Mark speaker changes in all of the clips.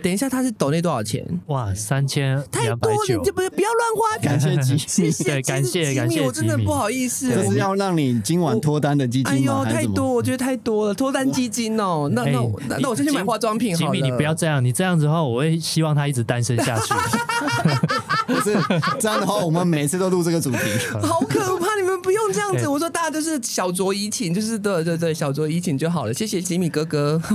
Speaker 1: 等一下，他是抖内多少钱？
Speaker 2: 哇，三千
Speaker 1: 哎太
Speaker 2: 两百
Speaker 1: 多了，
Speaker 2: 九
Speaker 1: 你，这不是不要乱花，
Speaker 3: 感谢 吉
Speaker 1: 谢谢，
Speaker 2: 对感谢
Speaker 1: 吉米
Speaker 2: 感谢
Speaker 1: 我真的
Speaker 2: 吉米
Speaker 1: 不好意思，
Speaker 3: 这
Speaker 1: 我
Speaker 3: 是要让你今晚脱单的基
Speaker 1: 哎
Speaker 3: 金吗？
Speaker 1: 呦，
Speaker 3: 还是
Speaker 1: 太
Speaker 3: 什
Speaker 1: 多，
Speaker 3: 么？
Speaker 1: 我觉得太多了，脱单基金哦。那那我
Speaker 2: 哎
Speaker 1: 那
Speaker 2: 你
Speaker 1: 那我先去买化妆品
Speaker 2: 吉
Speaker 1: 好了。
Speaker 2: 米，你不要这样，你这样子的话，我会希望他一直单身 下去。
Speaker 3: 不是这样的话，我们每次都录 这个主题。
Speaker 1: 好可怕！你们不用这样子。
Speaker 2: 对
Speaker 1: 我说大家就是小酌怡情，就是对对对，小酌怡情就好了。谢谢吉米哥哥。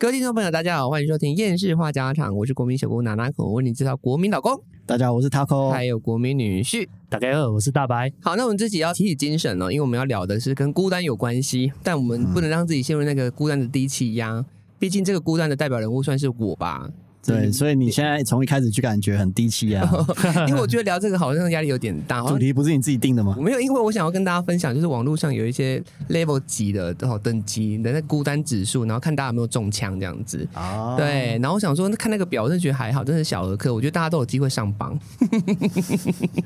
Speaker 1: 各位听众朋友，大家好，欢迎收听《厌世话家常》，我是国民小姑娜娜可，我为你介绍国民老公，
Speaker 3: 大家好，我是 Taco，
Speaker 1: 还有国民女婿。
Speaker 2: 大概二，我是大白。
Speaker 1: 好，那我们自己要提起精神哦了，因为我们要聊的是跟孤单有关系，但我
Speaker 3: 嗯
Speaker 1: 们不能让自己陷入那个孤单的低气压。毕竟这个孤单的代表人物算是我吧，
Speaker 3: 对，所以你现在从一开始就感觉很低气压。
Speaker 1: 因为我觉得聊这个好像压力有点大。好
Speaker 3: 主
Speaker 1: 像
Speaker 3: 题不是你自己定的吗
Speaker 1: 我？没有，因为我想要跟大家分享，就是网络上有一些 level 级的哦等级的那孤单指数，然后看大家有没有中枪这样子。
Speaker 3: 啊，
Speaker 1: 对，然后我想说，那看那个表，我真的觉得还好，真的是小儿科。我觉得大家都有机会上榜。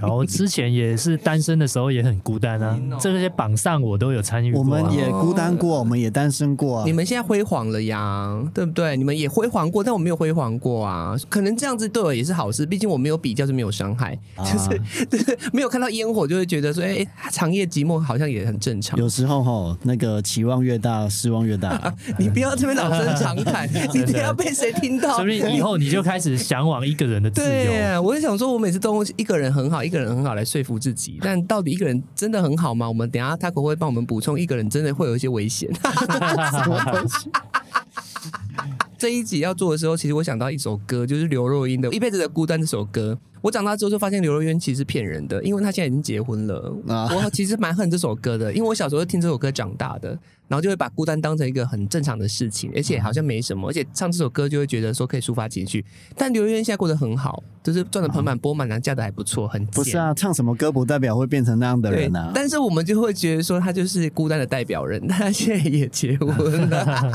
Speaker 2: 然后之前也是单身的时候也很孤单啊，这些榜上我都有参与过、啊。
Speaker 3: 我们也孤单过，我们也单身过啊
Speaker 1: 你。们现在辉煌了呀，对不对？你们也辉煌过，但我没有辉煌过啊。可能这样子对我也是好事，毕竟我没有比较就没有伤害，
Speaker 3: 啊
Speaker 1: 就是 就是没有看到烟火就会觉得说，哎、长夜寂寞好像也很正常。
Speaker 3: 有时候吼，那个期望越大，失望越大。
Speaker 1: 你不要这边老生常 谈，你不要被谁听到
Speaker 2: 说。不定以后你就开始向往一个人的自由。
Speaker 1: 对，我就想说，我每次都用一个人很好，一个人很好来说服自己，但到底一个人真的很好吗？我们等一下他可会帮我们补充，一个人真的会有一些危险。这一集要做的时候，其实我想到一首歌，就是刘若英的《一辈子的孤单》这首歌。我长大之后就发现刘若英其实是骗人的，因为她现在已经结婚了。
Speaker 3: 啊
Speaker 1: 我其实蛮恨这首歌的，因为我小时候就听这首歌长大的，然后就会把孤单当成一个很正常的事情，而且好像没什么，而且唱这首歌就会觉得说可以抒发情绪。但刘若英现在过得很好，就是赚的盆满钵满，然后嫁的还不错，很
Speaker 3: 不是
Speaker 1: 贱。
Speaker 3: 啊，唱什么歌不代表会变成那样的
Speaker 1: 对
Speaker 3: 人啊，。
Speaker 1: 但是我们就会觉得说她就是孤单的代表人， 但她现在也结婚了，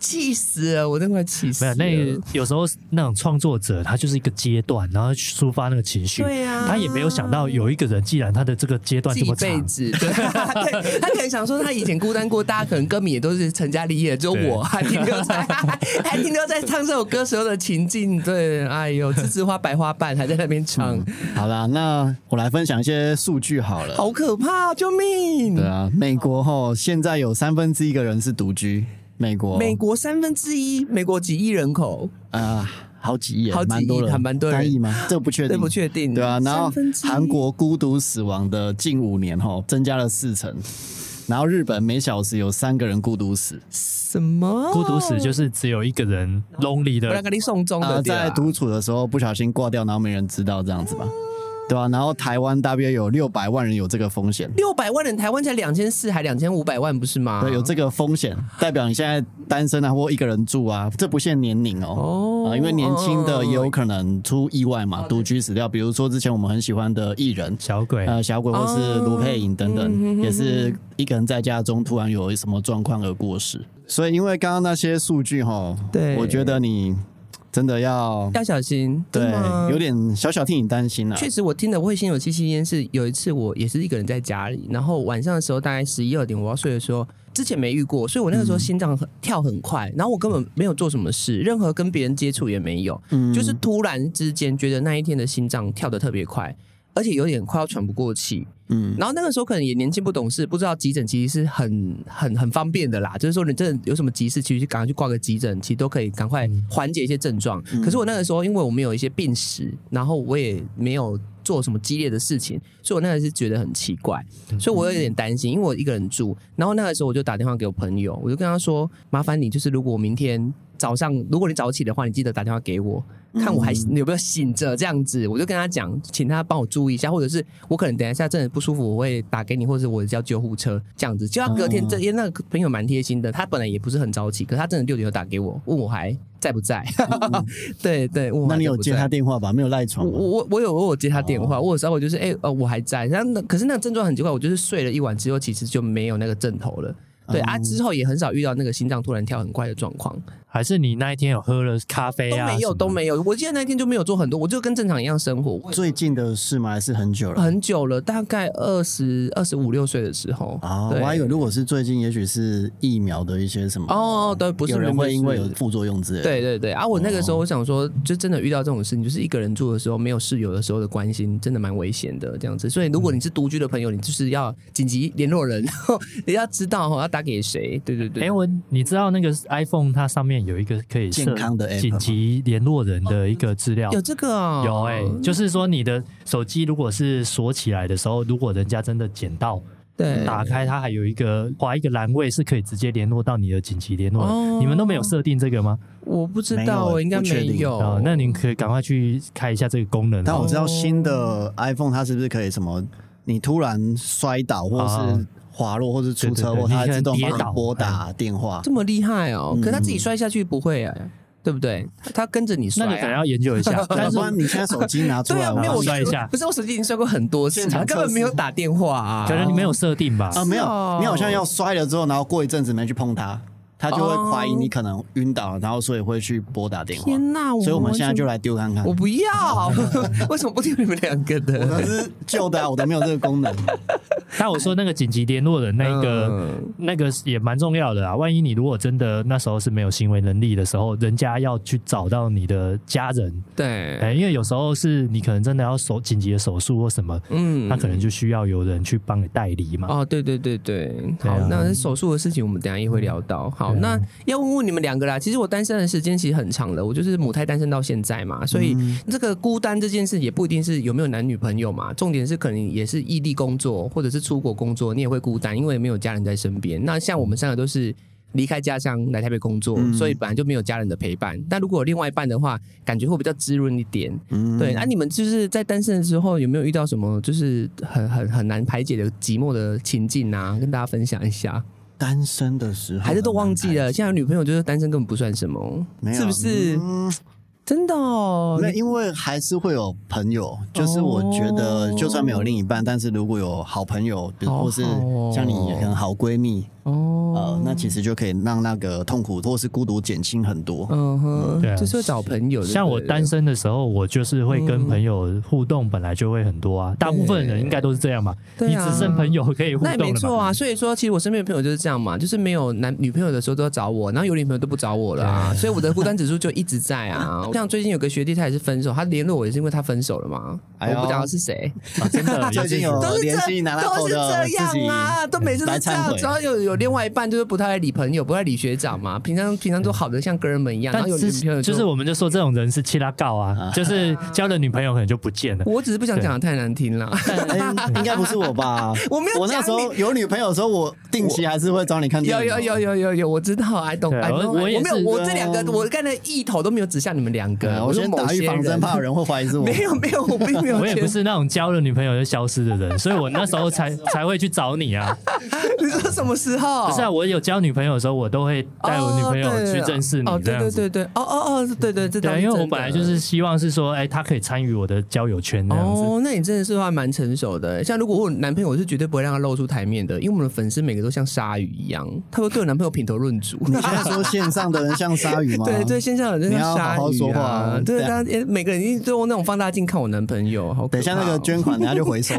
Speaker 1: 气死了，我真的快气死
Speaker 2: 没有，
Speaker 1: 了。
Speaker 2: 那个有时候那种创作者，他就是一个阶段，然后去抒发那个情绪。
Speaker 1: 对啊
Speaker 2: 他也没有想到有一个人，既然他的这个阶段
Speaker 1: 记
Speaker 2: 这么
Speaker 1: 一辈
Speaker 2: 长，
Speaker 1: 子， 对，对他可能想说他以前孤单过，大家可能歌迷也都是成家立业，只有我还停留在 还停留在唱这首歌时候的情境，对，哎呦，栀子花白花瓣还在那边唱，
Speaker 2: 嗯
Speaker 3: 好啦，那我来分享一些数据好了。
Speaker 1: 好可怕，救命
Speaker 3: 对！啊，美国吼现在有三分之一个人是独居。美国，
Speaker 1: 美国三分之一，美国几亿人口，
Speaker 3: 啊，好几亿耶，
Speaker 1: 好几亿
Speaker 3: 蛮多人，
Speaker 1: 还蛮多人
Speaker 3: 三亿吗？这不确定，
Speaker 1: 对不确定，
Speaker 3: 对啊，然后
Speaker 1: 三分之一
Speaker 3: 韩国孤独死亡的近五年吼增加了四成，然后日本每小时有三个人孤独死，
Speaker 1: 什么
Speaker 2: 孤独死就是只有一个人
Speaker 1: 哦
Speaker 2: lonely
Speaker 1: 我来
Speaker 2: 的。
Speaker 1: 给你送终
Speaker 3: 啊、
Speaker 1: 的，对啊
Speaker 3: 在独处的时候不小心挂掉，然后没人知道这样子吧，对啊，然后台湾大约有六百万人有这个风险，
Speaker 1: 六百万人，台湾才两千四，还两千五百万，不是吗？
Speaker 3: 对，有这个风险，代表你现在单身啊或一个人住啊，这不限年龄哦。
Speaker 1: 哦
Speaker 3: 啊、因为年轻的也有可能出意外嘛，独居死掉。比如说之前我们很喜欢的艺人
Speaker 2: 小鬼，
Speaker 3: 呃，小鬼或是罗佩影等
Speaker 1: 哦嗯
Speaker 3: 等，也是一个人在家中突然有什么状况而过世。所以，因为刚刚那些数据哈，
Speaker 1: 对
Speaker 3: 我觉得你真的要
Speaker 1: 要小心，
Speaker 3: 对
Speaker 1: 真的吗，
Speaker 3: 有点小小替你担心了、
Speaker 1: 确实，我听的我会心有戚戚焉。是有一次我也是一个人在家里，然后晚上的时候大概十一二点我要睡的时候，之前没遇过，所以我那个时
Speaker 3: 嗯
Speaker 1: 候心脏很跳很快，然后我根本没有做什么事，任何跟别人接触也没有，
Speaker 3: 嗯
Speaker 1: 就是突然之间觉得那一天的心脏跳得特别快。而且有点快要喘不过气，
Speaker 3: 嗯，
Speaker 1: 然后那个时候可能也年轻不懂事，不知道急诊其实是很很很方便的啦。就是说你真的有什么急事，其实去赶快去挂个急诊，其实都可以赶快缓解一些症状。可是我那个时候因为我们有一些病史，然后我也没有做什么激烈的事情，所以我那个是觉得很奇怪，所以我
Speaker 3: 嗯
Speaker 1: 有点担心，因为我一个人住。然后那个时候我就打电话给我朋友，我就跟他说：“麻烦你，就是如果我明天早上如果你早起的话，你记得打电话给我。”看我还
Speaker 3: 嗯
Speaker 1: 有没有醒着这样子，我就跟他讲，请他帮我注意一下，或者是我可能等一下真的不舒服，我会打给你，或者是我叫救护车这样子。就要隔天，
Speaker 3: 嗯
Speaker 1: 这因为那个朋友蛮贴心的，他本来也不是很早起，可是他真的六点就打给我，问我还在不在。 对对，问我
Speaker 3: 嗯那
Speaker 1: 还
Speaker 3: 你
Speaker 1: 在
Speaker 3: 有
Speaker 1: 不
Speaker 3: 接
Speaker 1: 在
Speaker 3: 他电话吧？没有赖
Speaker 1: 我
Speaker 3: 床吗？
Speaker 1: 我我我有我有接他电
Speaker 3: 哦
Speaker 1: 话，我有时候哦我就是哎、呃我还在，然后那可是那个症状很奇怪，我就是睡了一晚之后，其实就没有那个症头了。对、
Speaker 3: 哦
Speaker 1: 啊，之后也很少遇到那个心脏突然跳很快的状况，
Speaker 2: 还是你那一天有喝了咖啡
Speaker 3: 哎
Speaker 1: 都
Speaker 2: 啊？
Speaker 1: 没
Speaker 2: 什
Speaker 1: 有
Speaker 2: 么
Speaker 1: 都没有。我记得那天就没有做很多，我就跟正常一样生活。
Speaker 3: 最近的事吗？还是很久了？
Speaker 1: 很久了，大概二十二十五六岁的时候
Speaker 3: 啊，
Speaker 1: 对
Speaker 3: 我还以为如果是最近，也许是疫苗的一些什么，
Speaker 1: 哦，对，不是
Speaker 3: 有人
Speaker 1: 不是
Speaker 3: 会因为有副作用之类的。
Speaker 1: 对对对啊！我那个时候我想说，就真的遇到这种事情，就是一个人住的时候没有室友的时候的关心，真的蛮危险的这样子。所以如果你是独居的朋友，你就是要紧急联络人， 然后你要知道哦，要打给谁。对对
Speaker 2: 哎、
Speaker 1: 对，
Speaker 2: 我你知道那个 iPhone 它上面有一个可以设
Speaker 3: 健康的 app
Speaker 2: 紧急联络人的一个资料，
Speaker 1: 有这个哦，
Speaker 2: 有哎、就是说你的手机如果是锁起来的时候，如果人家真的捡到
Speaker 1: 对
Speaker 2: 打开，它还有一个划一个栏位是可以直接联络到你的紧急联络人。
Speaker 1: 哦
Speaker 2: 你们都没有设定这个吗？
Speaker 1: 我不知
Speaker 3: 没
Speaker 1: 道，
Speaker 3: 有
Speaker 1: 我应该
Speaker 3: 不确
Speaker 1: 没
Speaker 3: 定
Speaker 1: 有。
Speaker 2: 哦，那您可以赶快去开一下这个功能
Speaker 3: 但
Speaker 2: 哦。
Speaker 3: 我知道新的 iPhone 它是不是可以什么，你突然摔倒或是
Speaker 2: 啊
Speaker 3: 滑落或是出车
Speaker 2: 对对
Speaker 3: 祸，
Speaker 2: 对
Speaker 3: 它
Speaker 2: 你可
Speaker 3: 自
Speaker 2: 能
Speaker 3: 动帮
Speaker 2: 跌倒
Speaker 3: 你拨打
Speaker 1: 哎
Speaker 3: 电话
Speaker 1: 这。么厉害哦？可是他自己摔下去不会哎，对不对？他跟着你摔
Speaker 2: 那
Speaker 1: 啊，
Speaker 2: 你可能要 研究一下。但
Speaker 3: 但
Speaker 2: 是
Speaker 3: 是你现在手机拿出
Speaker 1: 对
Speaker 3: 来
Speaker 1: 啊，
Speaker 3: 玩
Speaker 1: 没有我
Speaker 2: 摔一下
Speaker 1: 不是我手机已经摔过很多次
Speaker 3: 现，场
Speaker 1: 根本
Speaker 3: 测试
Speaker 1: 没有打电话啊。
Speaker 2: 可能你没有设定吧？
Speaker 3: 啊，没有
Speaker 1: 是哦，
Speaker 3: 你好像要摔了之后，然后过一阵子没去碰它，它就会怀疑你可能晕倒了，然后所以会去拨打电话。
Speaker 1: 天哪！
Speaker 3: 所以我们
Speaker 1: 完
Speaker 3: 现在
Speaker 1: 全
Speaker 3: 就来丢看看
Speaker 1: 我。不要， 为什么不听你们两个
Speaker 3: 我
Speaker 1: 的？
Speaker 3: 的是旧的、啊，我的没有这个功能。
Speaker 2: 但我说那个紧急联络人那个、
Speaker 1: 嗯
Speaker 2: 那个也蛮重要的啊。万一你如果真的那时候是没有行为能力的时候，人家要去找到你的家人，哎、
Speaker 1: 对，
Speaker 2: 因为有时候是你可能真的要手紧急的手术或什么，
Speaker 1: 嗯
Speaker 2: 他可能就需要有人去帮你代理嘛。
Speaker 1: 哦，对对对对，
Speaker 2: 对
Speaker 1: 好，
Speaker 2: 啊
Speaker 1: 那手术的事情我们等一下也会聊到。好，
Speaker 2: 对啊
Speaker 1: 那要问问你们两个啦。其实我单身的时间其实很长了，我就是母胎单身到现在
Speaker 2: 嗯
Speaker 1: 嘛，所以这个孤单这件事也不一定是有没有男女朋友嘛，重点是可能也是异地工作或者是出国工作，你也会孤单，因为没有家人在身边。那像我们三个都是。离开家乡来台北工作，
Speaker 2: 嗯
Speaker 1: 所以本来就没有家人的陪伴。但如果有另外一半的话，感觉会比较滋润一点。
Speaker 3: 嗯，
Speaker 1: 对，那、你们就是在单身的时候有没有遇到什么就是很很很难排解的寂寞的情境啊？跟大家分享一下，
Speaker 3: 单身的时候
Speaker 1: 还是都忘记
Speaker 3: 很难
Speaker 1: 了？现在有女朋友就是单身根本不算什么，
Speaker 3: 没有
Speaker 1: 是不是？
Speaker 3: 嗯
Speaker 1: 真的哦，
Speaker 3: 没有，
Speaker 1: 你
Speaker 3: 因为还是会有朋友，就是我觉得
Speaker 1: 哦
Speaker 3: 就算没有另一半，但是如果有好朋友，比如
Speaker 1: 好好
Speaker 3: 或是
Speaker 1: 哦
Speaker 3: 像你可能好闺蜜，
Speaker 1: 哦
Speaker 3: 呃，，那其实就可以让那个痛苦或是孤独减轻很多。
Speaker 1: 嗯哼，
Speaker 2: 对啊
Speaker 1: 就是会找朋友。
Speaker 2: 像我单
Speaker 1: 身，
Speaker 2: 身的时候，我就是会跟朋友互动，本来就会很多啊。大部分人应该都是这样嘛，
Speaker 1: 嗯对
Speaker 2: 你
Speaker 1: 啊
Speaker 2: 只剩朋友可以互
Speaker 1: 那也没
Speaker 2: 动了
Speaker 1: 错
Speaker 2: 嘛。
Speaker 1: 啊。所以说，其实我身边的朋友就是这样嘛，就是没有男女朋友的时候都要找我，然后有女朋友都不找我了、啊，所以我的孤单指数就一直在啊。 像最近有个学弟，他也是分手，他联络我也是因为他分手了嘛，
Speaker 3: 哎呦
Speaker 1: 我不知道是谁。
Speaker 2: 啊 真 的
Speaker 3: 最近有
Speaker 1: 都是
Speaker 3: 联系
Speaker 1: 这
Speaker 3: 拿拉
Speaker 1: 都
Speaker 3: 口
Speaker 1: 是
Speaker 3: 的
Speaker 1: 这样啊，
Speaker 3: 自己
Speaker 1: 都每次都
Speaker 3: 来
Speaker 1: 这
Speaker 3: 忏
Speaker 1: 样。
Speaker 3: 悔
Speaker 1: 只要有有另外一半，就是不太爱理朋友，不太爱理学长嘛。平常平常都好的像哥们一样，然
Speaker 2: 但
Speaker 1: 后有女朋友
Speaker 2: 是就是我们就说这种人是气拉告啊，就是交了女朋友可能就不见了。
Speaker 1: 我只是不想讲的太难听了。
Speaker 3: 哎应该不是我吧？
Speaker 1: 我没有
Speaker 3: 我那时
Speaker 1: 讲
Speaker 3: 候有女朋友的时候，我定期还是会找你看电
Speaker 1: 有
Speaker 3: 影。
Speaker 1: 有有有有有，我知道，I don't
Speaker 2: 对
Speaker 1: I don't，
Speaker 2: 我
Speaker 1: 我
Speaker 2: 我也
Speaker 1: 没有，
Speaker 2: 是嗯
Speaker 1: 我这两个我刚才一头都没有指向你们两
Speaker 3: 对，啊
Speaker 1: 个，
Speaker 3: 我
Speaker 1: 说
Speaker 3: 先
Speaker 1: 某
Speaker 3: 打预
Speaker 1: 些
Speaker 3: 防针，
Speaker 1: 人
Speaker 3: 怕有人会怀疑是 我。
Speaker 1: 没有没有，我并没有，
Speaker 2: 我也不。是那种交了女朋友就消失的 人，所以我那时候才才会去找你啊。
Speaker 1: 你说什么时候？
Speaker 2: 不是啊，我有交女朋友的时候，我都会带我女朋友
Speaker 1: 哦对
Speaker 2: 去认识
Speaker 1: 哦，
Speaker 2: 你这
Speaker 1: 对
Speaker 2: 样
Speaker 1: 对
Speaker 2: 子。
Speaker 1: 对对，哦哦哦，对对，这倒
Speaker 2: 对，啊
Speaker 1: 是
Speaker 2: 因为我
Speaker 1: 真
Speaker 2: 本来
Speaker 1: 的
Speaker 2: 就是希望是说，哎，她可以参与我的交友圈这样子。
Speaker 1: 哦，那你真的是还蛮成熟的欸。像如果我有男朋友，我是绝对不会让他露出台面的，因为我们的粉丝每个都像鲨鱼一样，他会对我男朋友品头论足。
Speaker 3: 你现在说线上的人像鲨鱼吗？
Speaker 1: 对对，线上人真的
Speaker 3: 你要
Speaker 1: 像鲨
Speaker 3: 好好
Speaker 1: 鱼
Speaker 3: 说话
Speaker 1: 啊
Speaker 3: 哦！
Speaker 1: 对，
Speaker 3: 这
Speaker 1: 大
Speaker 3: 样
Speaker 1: 家每个人一定都用那种放大镜看我男朋友，好可怕哦。
Speaker 3: 等一下那个捐款，等一下就回 收。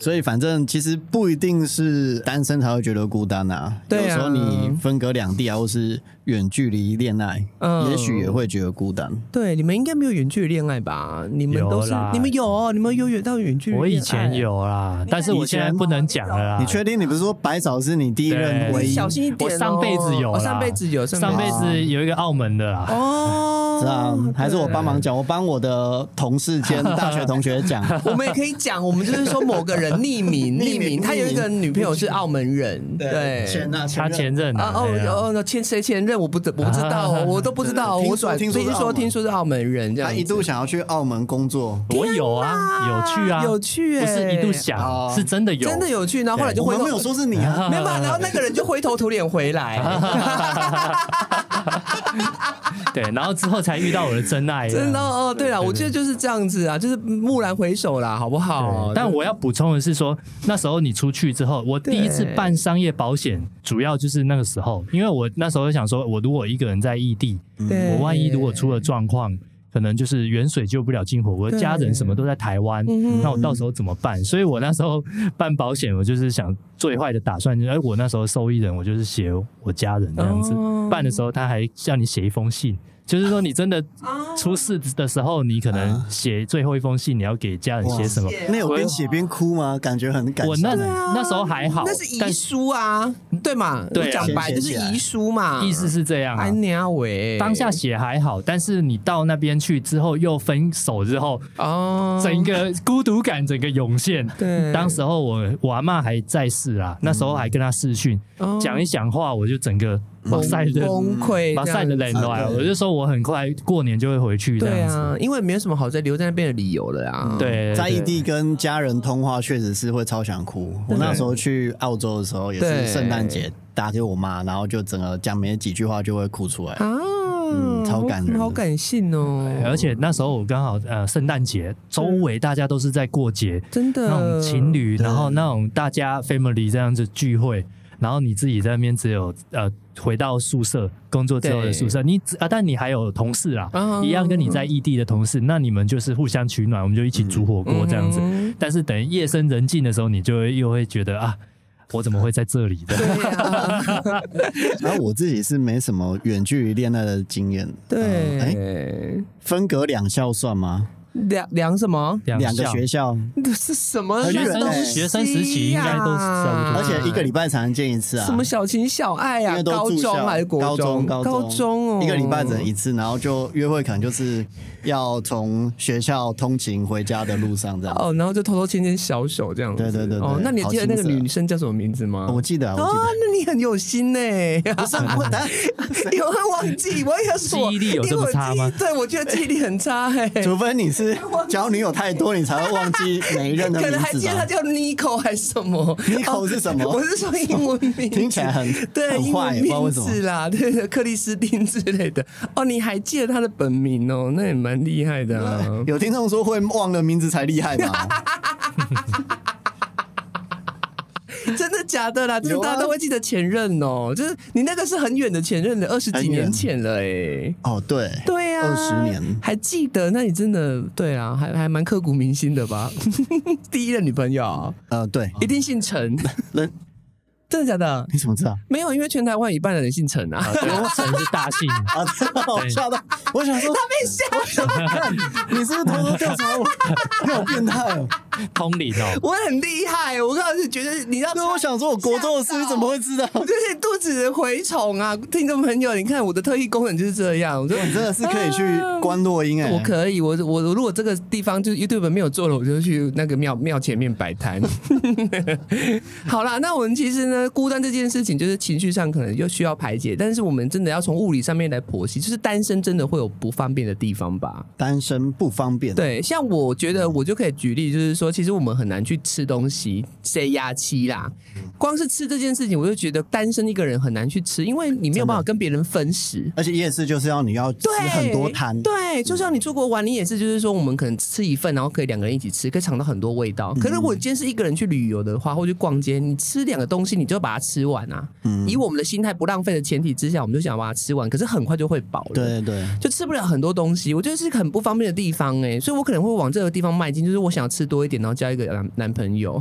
Speaker 3: 所以反正其实不一定是单身才会觉得孤单啊，
Speaker 1: 对啊
Speaker 3: 有时候你分隔两地啊，或是远距离恋爱，
Speaker 1: 嗯
Speaker 3: 也许也会觉得孤单。
Speaker 1: 对，你们应该没有远距离恋爱吧？你们都
Speaker 2: 有
Speaker 1: 是
Speaker 2: 啦
Speaker 1: 你们有哦，你们有远到远距离？
Speaker 2: 我以前。有
Speaker 1: 哎
Speaker 2: 啦，但是我现在不能讲了
Speaker 1: 啊
Speaker 2: 啦。
Speaker 3: 你确定你不是说白嫂是你第一任
Speaker 2: 对
Speaker 3: 唯
Speaker 1: 你
Speaker 3: 一？
Speaker 1: 小心一点哦、
Speaker 2: 我上辈子有
Speaker 1: 哦
Speaker 2: 啦
Speaker 1: 上辈子有，
Speaker 2: 上辈子有一个澳门的啦，
Speaker 1: 哦，
Speaker 3: 是啊，还是我
Speaker 1: 对
Speaker 3: 帮忙讲，我帮我的同事兼大学同学讲。
Speaker 1: 我们也可以讲，我们就是说某个人匿 名，匿
Speaker 3: 匿名
Speaker 1: 名，他有一个女朋友是澳门人， 对。
Speaker 3: 前啊，
Speaker 2: 他前任
Speaker 1: 啊
Speaker 2: 啊，
Speaker 1: 哦
Speaker 2: 对啊
Speaker 1: 哦，那前谁前任我不知我不知道哦，我都不知道哦，
Speaker 3: 对
Speaker 1: 我
Speaker 3: 对听说
Speaker 1: 转
Speaker 3: 听说是澳
Speaker 1: 说
Speaker 3: 门
Speaker 1: 听说是澳门人这
Speaker 3: 他
Speaker 1: 样
Speaker 3: 一
Speaker 1: 子，
Speaker 3: 度想要去澳门工作，
Speaker 2: 我有啊，有趣啊，
Speaker 1: 有趣欸
Speaker 2: 不是一度想
Speaker 3: 哦，
Speaker 2: 是真的有，
Speaker 1: 真的有趣，然后后来就
Speaker 3: 我
Speaker 1: 回
Speaker 3: 们
Speaker 1: 头
Speaker 3: 没 有说是你 啊。
Speaker 1: 没有吧，然后那个人就灰头土脸回来，
Speaker 2: 对，然后之后才遇到我的真爱啊了，
Speaker 1: 真的哦，对了，我觉得就是这样子啊，就是蓦然回首啦，好不好？
Speaker 2: 对但我要补充的是说，那时候你出去之后，我第一次办商业保险，主要就是那个时候，因为我那时候想说，我如果一个人在异地，
Speaker 1: 嗯对
Speaker 2: 我万一如果出了状况，可能就是远水救不了近火，我的家人什么都在台湾，那我
Speaker 1: 嗯
Speaker 2: 到时候怎么办？所以我那时候办保险，我就是想最坏的打算，就是哎，我那时候受益人，我就是写我家人这样子。
Speaker 1: 哦
Speaker 2: 办的时候，他还叫你写一封信。就是说，你真的
Speaker 1: 哦
Speaker 2: 出事的时候，你可
Speaker 1: 啊
Speaker 2: 能写最后一封信，你要给家人写什么？
Speaker 3: 那有边写边哭吗？感觉很感
Speaker 2: 我
Speaker 3: 伤
Speaker 2: 那
Speaker 3: 欸
Speaker 2: 那时候还好，
Speaker 1: 那是遗
Speaker 2: 但是
Speaker 1: 书啊，对嘛？
Speaker 2: 对啊
Speaker 1: 我讲白就是遗书嘛，
Speaker 2: 意思是这样啊
Speaker 1: 安。娘喂，
Speaker 2: 当下写还好，但是你到那边去之后又分手之后，
Speaker 1: 哦，
Speaker 2: 整个孤独感整个涌现。
Speaker 1: 对
Speaker 2: 当时候我我阿妈还在世啦，那时候还跟她视讯
Speaker 1: 哦，
Speaker 2: 讲一讲话，我就整个马赛的
Speaker 1: 崩溃，
Speaker 2: 马赛的人
Speaker 3: 这
Speaker 2: 来，
Speaker 3: 样子
Speaker 2: 我就说我很快过年就会回去这
Speaker 1: 对
Speaker 2: 样子。
Speaker 1: 啊，因为没有什么好在留在那边的理由了啊。，
Speaker 2: 对，
Speaker 3: 在异
Speaker 2: 对
Speaker 3: 地跟家人通话，确实是会超想哭。我那时候去澳洲的时候，也
Speaker 1: 对
Speaker 3: 是圣诞节打给我妈，然后就整个讲没几句话就会哭出来。
Speaker 1: 啊，
Speaker 3: 嗯超感人的
Speaker 1: 好感性哦，
Speaker 2: 而且那时候我刚好呃圣诞节，周围大家都是在过节，
Speaker 1: 真的
Speaker 2: 那种情侣，然后那种大家 family 这样子聚会，然后你自己在那边只有呃回到宿舍工作之后的宿舍，你只啊但你还有同事啦，
Speaker 1: 嗯
Speaker 3: 啊
Speaker 2: 一样跟你在异地的同事，那你们就是互相取暖，我们就一起煮火锅这样子。
Speaker 1: 嗯
Speaker 2: 但是等于夜深人静的时候，你就会又会觉得啊，我怎么会在这里 的？
Speaker 1: 对啊，
Speaker 3: 然后我自己是没什么远距离恋爱的经验。嗯哎、
Speaker 1: 对，
Speaker 3: 分隔两校算吗？
Speaker 1: 量量什么？
Speaker 2: 两
Speaker 3: 两个
Speaker 2: 校
Speaker 3: 学校，
Speaker 1: 这是什么
Speaker 3: 学生
Speaker 1: 东西呀啊
Speaker 2: 学生时期应该都是差不多
Speaker 3: 欸而且一个礼拜才能见一次啊。
Speaker 1: 什么小情小爱
Speaker 3: 因
Speaker 1: 呀、
Speaker 3: 为都
Speaker 1: 高
Speaker 3: 住
Speaker 1: 中啊
Speaker 3: 校
Speaker 1: 还是国
Speaker 3: 高中
Speaker 1: 高
Speaker 3: 中
Speaker 1: 中哦，
Speaker 3: 一个礼拜只能一次，然后就约会可能就是要从学校通勤回家的路上这样。
Speaker 1: 哦，然后就偷偷牵牵小手这样子。
Speaker 3: 对对对对
Speaker 1: 哦，那你还记得那个
Speaker 3: 好青涩
Speaker 1: 女生叫什么名字吗？
Speaker 3: 我记得啊，我记
Speaker 1: 哦
Speaker 3: 得，
Speaker 1: 那你很有心呢、
Speaker 3: 不是啊我等下，
Speaker 1: 有会忘 记，我也是我
Speaker 2: 记忆力有这么差吗
Speaker 1: 因为我记忆对，我觉得记忆力很 差哎、
Speaker 3: 除非你是交女友太多，你才会忘记每一任的
Speaker 1: 可
Speaker 3: 名
Speaker 1: 能还记
Speaker 3: 字
Speaker 1: 得他
Speaker 3: 吧？
Speaker 1: 叫 Nico 还是什么哦
Speaker 3: Nico 是什么
Speaker 1: 我是说英文名字，
Speaker 3: 听起来很
Speaker 1: 对
Speaker 3: 很
Speaker 1: 英
Speaker 3: 坏，
Speaker 1: 文
Speaker 3: 不知道
Speaker 1: 名
Speaker 3: 为什么。
Speaker 1: 字啦，对克里斯汀之类的。哦，你还记得他的本名哦，那也蛮厉害的啊。
Speaker 3: 有听众说会忘了名字才厉害嘛？
Speaker 1: 真的假的啦？真
Speaker 3: 有
Speaker 1: 的
Speaker 3: 啊
Speaker 1: 大家都会记得前任哦，就是你那个是很远的前任的，二十几年前了哎、
Speaker 3: 哦，对，
Speaker 1: 对呀、啊，
Speaker 3: 20年
Speaker 1: 还记得？那你真的对啊，还还蛮刻骨铭心的 吧？第一任女朋友
Speaker 3: 呃，对，
Speaker 1: 一定姓 陈，
Speaker 3: 人
Speaker 1: 真的假的？
Speaker 3: 你怎么知道？
Speaker 1: 没有，因为全台湾一半的人姓陈啊。
Speaker 2: 流程是大姓，
Speaker 3: 啊，真的我吓到，我想说，你是不是偷偷调查我？你好变态 哦！
Speaker 2: 通灵哦。
Speaker 1: 我很厉害，我刚刚是觉得你知道，
Speaker 3: 那我想说，我国中的事你怎么会知 道？
Speaker 1: 就是肚子的蛔虫啊，听众朋友，你看我的特异功能就是这样，我就。
Speaker 3: 你真的是可以去关落音哎！
Speaker 1: 嗯我可以，我我我如果这个地方就是 YouTube 没有做了，我就去那个庙庙前面摆摊。 好啦，那我们其实呢，孤单这件事情就是情绪上可能又需要排解，但是我们真的要从物理上面来剖析，就是单身真的会有不方便的地方吧？
Speaker 3: 单身不方便，，
Speaker 1: 对，像我觉得我就可以举例，就是说，其实我们很难去吃东西，塞牙期啦。光是吃这件事情，我就觉得单身一个人很难去吃，因为你没有办法跟别人分食。
Speaker 3: 而且夜市就是要你要吃
Speaker 1: 对，
Speaker 3: 很多摊，
Speaker 1: 对，就像你出国玩，你也是，就是说我们可能吃一份，然后可以两个人一起吃，可以尝到很多味道。可是如果你今天是一个人去旅游的话，或去逛街，你吃两个东西，你就把它吃完啊。以我们的心态不浪费的前提之下，我们就想把它吃完，可是很快就会饱了。
Speaker 3: 对对
Speaker 1: 就吃不了很多东西，我觉得是很不方便的地方哎、所以我可能会往这个地方迈进，就是我想吃多一点，然后交一个男男朋友。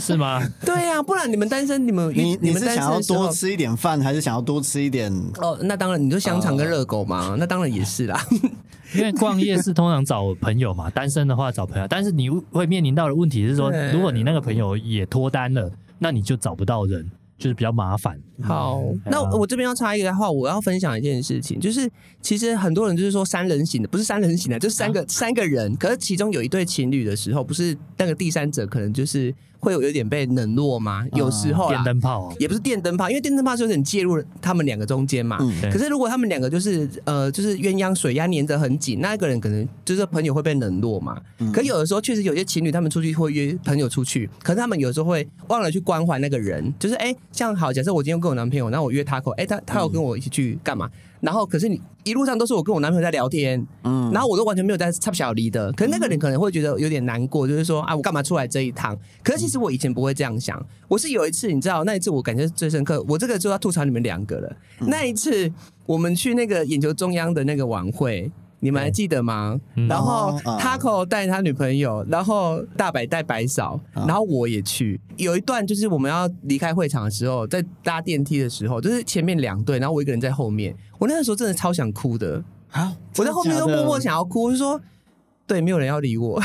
Speaker 2: 是吗？
Speaker 1: 对呀、不然你们单身，你们
Speaker 3: 你你
Speaker 1: 们
Speaker 3: 是
Speaker 1: 单
Speaker 3: 想
Speaker 1: 身
Speaker 3: 要
Speaker 1: 的时候
Speaker 3: 多吃一点饭，还是想要多吃一点？
Speaker 1: 哦，那当然，你说香肠跟热狗嘛，那当然也是啦。
Speaker 2: 因为逛夜市通常找朋友 嘛，单身的话找朋友，但是你会面临到的问题是说，
Speaker 1: 对
Speaker 2: 如果你那个朋友也脱单了，那你就找不到人，就是比较麻烦。
Speaker 1: 好，那我这边要插一个话，我要分享一件事情，就是其实很多人就是说三人行的，不是三人行的，就是三个、三个人，可是其中有一对情侣的时候，不是那个第三者可能就是会有有点被冷落吗？有时候啦
Speaker 2: 电灯泡哦，
Speaker 1: 也不是电灯泡，因为电灯泡就是你介入他们两个中间嘛。
Speaker 2: 对
Speaker 1: 可是如果他们两个就是呃，就是鸳鸯水鸭粘得很紧，那一个人可能就是朋友会被冷落嘛。可有的时候确实有些情侣他们出去会约朋友出去，可是他们有时候会忘了去关怀那个人，就是哎、像好，假设我今天跟我男朋友，然后我约他口，哎、他他有跟我一起去干嘛？然后可是你一路上都是我跟我男朋友在聊天，
Speaker 3: 嗯
Speaker 1: 然后我都完全没有在插小离的。可是那个人可能会觉得有点难过，就是说啊，我干嘛出来这一趟？可是其实我以前不会这样想。我是有一次，你知道那一次我感觉最深刻，我这个就要吐槽你们两个了。
Speaker 3: 嗯
Speaker 1: 那一次我们去那个眼球中央的那个晚会。你们还记得吗？
Speaker 2: 嗯
Speaker 1: 然后
Speaker 3: 哦啊
Speaker 1: Taco 带他女朋友，然后大白带白嫂，
Speaker 3: 啊
Speaker 1: 然后我也去。有一段就是我们要离开会场的时候，在搭电梯的时候，就是前面两队，然后我一个人在后面。我那个时候真的超想哭的，
Speaker 3: 啊，
Speaker 1: 我在后面
Speaker 3: 真
Speaker 1: 都
Speaker 3: 的假
Speaker 1: 默
Speaker 3: 的啊
Speaker 1: 默，想要哭，我就说。对，没有人要理我，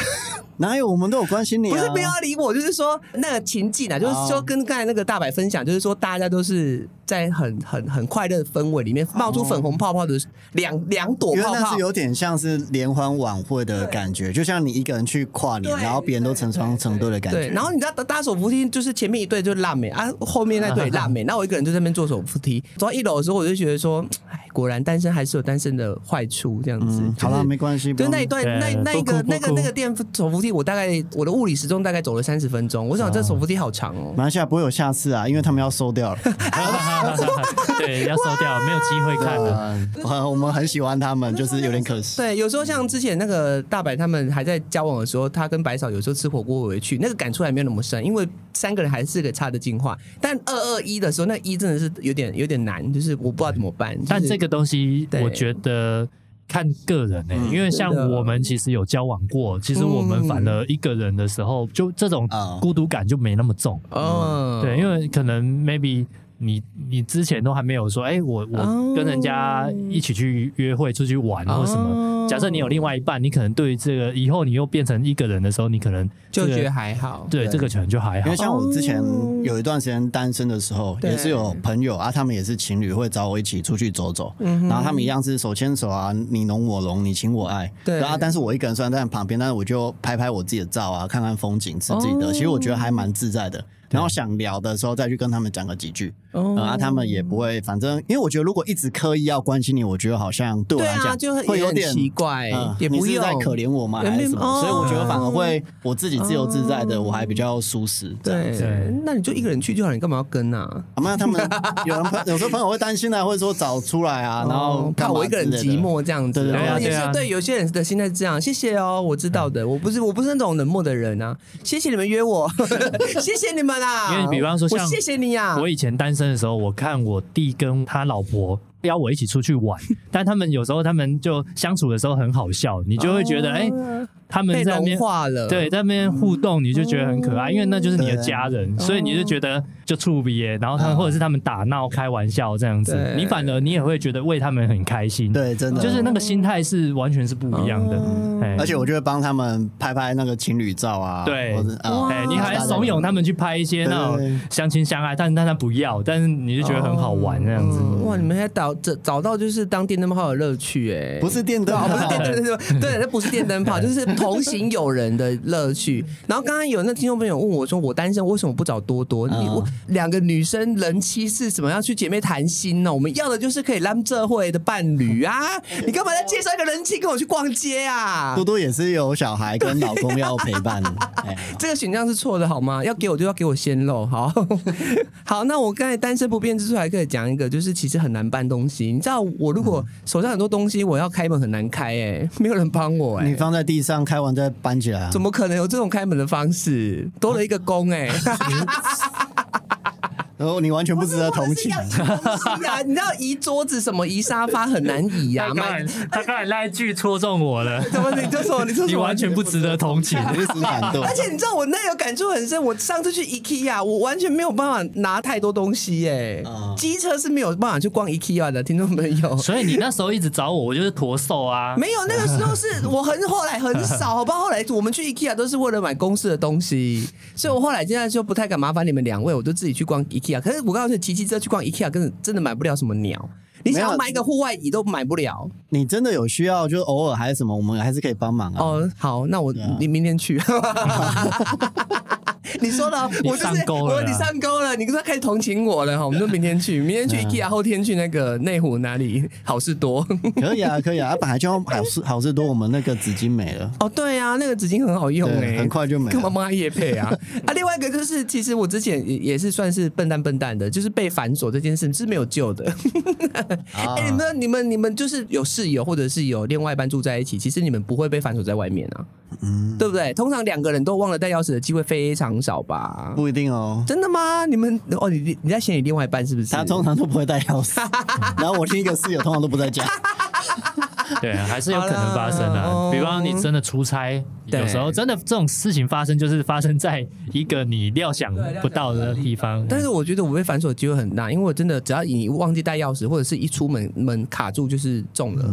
Speaker 3: 哪有我们都有关心你、
Speaker 1: 不
Speaker 3: 啊，
Speaker 1: 是没有要理我，就是说那个情境啊，就是说
Speaker 3: 哦
Speaker 1: 跟刚才那个大白分享，就是说大家都是在很很很快乐的氛围里面冒出粉红泡泡的两两朵
Speaker 3: 因为
Speaker 1: 泡
Speaker 3: 那
Speaker 1: 泡
Speaker 3: 哦是，有点像是联欢晚会的感觉，就像你一个人去跨年，
Speaker 1: 对
Speaker 3: 然后别人都成双成对的感
Speaker 1: 对，
Speaker 3: 觉。
Speaker 1: 然后你知道搭搭手扶梯，就是前面一队就辣妹啊，后面那队也 辣妹，那我一个人就在那边坐手扶梯。走到一楼的时候，我就觉得说，哎，果然单身还是有单身的坏处，这样子。
Speaker 3: 嗯，好
Speaker 1: 了
Speaker 3: 了，，没关系。
Speaker 1: 就
Speaker 3: 不
Speaker 1: 那
Speaker 3: 用
Speaker 1: 一段
Speaker 2: 对
Speaker 1: 那那一
Speaker 2: 多
Speaker 1: 个
Speaker 2: 哭
Speaker 1: 那个
Speaker 2: 多哭
Speaker 1: 那个电手扶梯，我大概我的物理时钟大概走了三十分钟。我想这手扶梯好长哦。
Speaker 3: 马来西亚不会有下次啊，因为他们要 收掉了。
Speaker 2: 对，要收掉，没有机会看了。
Speaker 3: 呃，我我们很喜欢他们，就是有点可惜。
Speaker 1: 对，有时候像之前那个大白他们还在交往的时候，他跟白嫂有时候吃火锅我也去，那个感触还没有那么深，因为三个人还是个差的进化。但二二一的时候，那一真的是有点有点难，就是我不知道怎么办。
Speaker 2: 但
Speaker 1: 就是
Speaker 2: 这个东西，
Speaker 1: 对
Speaker 2: 我觉得看个人呢、
Speaker 3: 嗯
Speaker 2: 因为像
Speaker 1: 真的嗯
Speaker 2: 我们其实有交往过，其实我们反而一个人的时候，就这种
Speaker 3: 啊
Speaker 2: 孤独感就没那么重。
Speaker 1: 哦，
Speaker 2: 对，因为可能 maybe 你你之前都还没有说，哎、我
Speaker 1: 哦
Speaker 2: 我跟人家一起去约会、出去玩或什么。
Speaker 1: 哦
Speaker 2: 假设你有另外一半，你可能对于这个以后你又变成一个人的时候，你可能这
Speaker 1: 就
Speaker 2: 个
Speaker 1: 觉得还好。
Speaker 2: 对这个可能就还
Speaker 3: 因
Speaker 2: 好
Speaker 3: 为。像我之前有一段时间单身的时候，
Speaker 1: 哦对
Speaker 3: 也是有朋友啊，他们也是情侣，会找我一起出去走走，
Speaker 1: 嗯
Speaker 3: 然后他们一样是手牵手啊，你侬我侬，你情我爱。
Speaker 1: 对
Speaker 3: 然后但是我一个人虽然在旁边，但是我就拍拍我自己的照啊，看看风景，吃自己的，
Speaker 1: 哦
Speaker 3: 其实我觉得还蛮自在的。然后想聊的时候再去跟他们讲个几句，
Speaker 1: 哦
Speaker 3: 嗯啊，他们也不会，反正因为我觉得如果一直刻意要关心你，我觉得好像对我
Speaker 1: 对
Speaker 3: 来
Speaker 1: 啊，
Speaker 3: 讲
Speaker 1: 就
Speaker 3: 会
Speaker 1: 也
Speaker 3: 有
Speaker 1: 很
Speaker 3: 点
Speaker 1: 奇怪
Speaker 3: 嗯，
Speaker 1: 也不
Speaker 3: 你是
Speaker 1: 用
Speaker 3: 在可怜我吗？
Speaker 1: 也
Speaker 3: 还是什
Speaker 1: 没
Speaker 3: 么？
Speaker 1: 哦
Speaker 3: 所以我觉得反而会我自己自由自在的，我还比较舒适。这样
Speaker 1: 对
Speaker 2: 对，
Speaker 1: 那你就一个人去就好，你干嘛要跟啊？
Speaker 3: 好吗？他们有人朋有时候朋友会担心啊，或者说找出来啊，然后
Speaker 1: 哦怕
Speaker 3: 干嘛
Speaker 1: 我一个人
Speaker 3: 之类的
Speaker 1: 寂。寞这样子，
Speaker 3: 对对
Speaker 2: 对
Speaker 1: 哦
Speaker 2: 对
Speaker 1: 也
Speaker 2: 啊嗯
Speaker 1: 是对有些人的心态是这样。谢谢哦，我知道的，我不是我不是那种冷漠的人啊，谢谢你们约 我，谢谢你们啊。
Speaker 2: 因为比方说
Speaker 1: 我
Speaker 2: 像
Speaker 1: 谢谢你啊，
Speaker 2: 我以前单身的时候，我看我弟跟他老婆邀我一起出去 玩，但他们有时候他们就相处的时候很好笑，你就会觉得哎、他们
Speaker 1: 哦被
Speaker 2: 在那
Speaker 1: 融
Speaker 2: 边
Speaker 1: 化了，
Speaker 2: 对，在那边互动，你就觉得很可爱，因为那就是你的家人，所以你就觉得就触鼻耶，然后他们
Speaker 3: 嗯
Speaker 2: 或者是他们打闹、开玩笑这样子，
Speaker 1: 对
Speaker 2: 你反而你也会觉得为他们很开心，，
Speaker 3: 对，真的
Speaker 2: 就是那个心态是完全是不一样的，哎
Speaker 1: 嗯
Speaker 3: 而且我就会帮他们拍拍那个情侣照啊，
Speaker 2: 对
Speaker 3: 或者啊
Speaker 1: 哇
Speaker 2: 哎，你还怂恿他们去拍一些那
Speaker 3: 对对
Speaker 2: 种
Speaker 3: 对
Speaker 2: 相亲相爱，但但他不要，但是你就觉得很好玩这样子。
Speaker 1: 嗯哇，你们还找找找到就是当电灯泡的乐趣哎，
Speaker 3: 不是电
Speaker 1: 对
Speaker 3: 灯
Speaker 1: 啊，
Speaker 3: 泡
Speaker 1: 不是电灯， 对对对，那不是电灯泡，就是同行友人的乐趣。然后刚刚有那听众朋友问我说，我单身为什么不找多多？
Speaker 3: 嗯
Speaker 1: 你我两个女生人妻是怎么样去姐妹谈心呢？我们要的就是可以让这会的伴侣啊！你干嘛再介绍一个人妻跟我去逛街啊
Speaker 3: 多？多也是有小孩跟老公要陪 伴的。哎
Speaker 1: 这个选项是错的好吗？要给我就要给我鲜肉，好 好。那我刚才单身不变之处还可以讲一个，就是其实很难搬东西。你知道我如果手上很多东西，我要开门很难开哎、没有人帮我哎、
Speaker 3: 你放在地上，开完再搬起来啊
Speaker 1: 怎。么可能有这种开门的方式？多了一个弓哎、欸，
Speaker 3: 然后哦你完 全不值得同情
Speaker 1: 或。者是要移东西啊！ 你知道移桌子什么移沙发很难移呀、啊，
Speaker 2: 他刚才
Speaker 1: 买
Speaker 2: 他刚才那一句戳中我了，
Speaker 1: 怎么你就说你就说
Speaker 2: 你完全不值得同情。
Speaker 3: 你是死板 凳
Speaker 1: 而且你知道我那有感触很深，我上次去 IKEA，我完全没有办法拿太多东西耶、
Speaker 3: 嗯
Speaker 1: 机车是没有办法去逛 IKEA 的，听众朋友。
Speaker 2: 所以你那时候一直找我，我就是驼兽啊。
Speaker 1: 没有，那个时候是我 很后来很少，好不好？后来我们去 IKEA 都是为了买公司的东西，所以我后来现在就不太敢麻烦你们两位，我就自己去逛 IKEA。可是我告诉你，骑机车去逛 IKEA，真的真的买不了什么鸟。你想
Speaker 3: 没
Speaker 1: 要
Speaker 3: 有
Speaker 1: 买一个户外椅都买不了
Speaker 3: 你真的有需要，就是偶尔还是嗯
Speaker 1: 哦
Speaker 3: 什么，我们还是可以帮忙啊。
Speaker 1: 哦。好，那我
Speaker 3: 啊
Speaker 1: 你明天去。你说的，我就是
Speaker 2: 上钩了
Speaker 1: 我
Speaker 2: 啦
Speaker 1: 你上钩了，你说开始同情我了哈，我们就明天去，明天去 IKEA，后天去那个内湖哪里好事多。
Speaker 3: 可以啊，可以啊，啊本来就要好事好事多，我们那个纸巾没了，
Speaker 1: 哦，对啊，那个纸巾很好用哎、
Speaker 3: 对，很快 就没
Speaker 1: 干嘛
Speaker 3: 了。
Speaker 1: 帮他夜配 啊？啊，另外一个就是，其实我之前也也是算是笨蛋笨蛋的，就是被反锁这件事是没有救的。
Speaker 3: 啊
Speaker 1: 哎、你们你们你们就是有室友或者是有另外一半住在一起，其实你们不会被反锁在外面啊，
Speaker 3: 嗯，
Speaker 1: 对不对？通常两个人都忘了带钥匙的机会非常少吧？
Speaker 3: 不一定哦。
Speaker 1: 真的吗？你们哦，你你在嫌你另外一半是不是？
Speaker 3: 他通常都不会带 钥匙，然后我另一个室友通常都不在家。
Speaker 2: 对，还是有可能发生的、
Speaker 1: 好啦
Speaker 2: 啊。比方你真的出差，
Speaker 1: 对
Speaker 2: 有时候真的这种事情发生，就是发生在一个你料想不到的地方。
Speaker 1: 但是我觉得我被反锁的机会很大，因为我真的只要你忘记带钥匙，或者是一出门门卡住就是中了，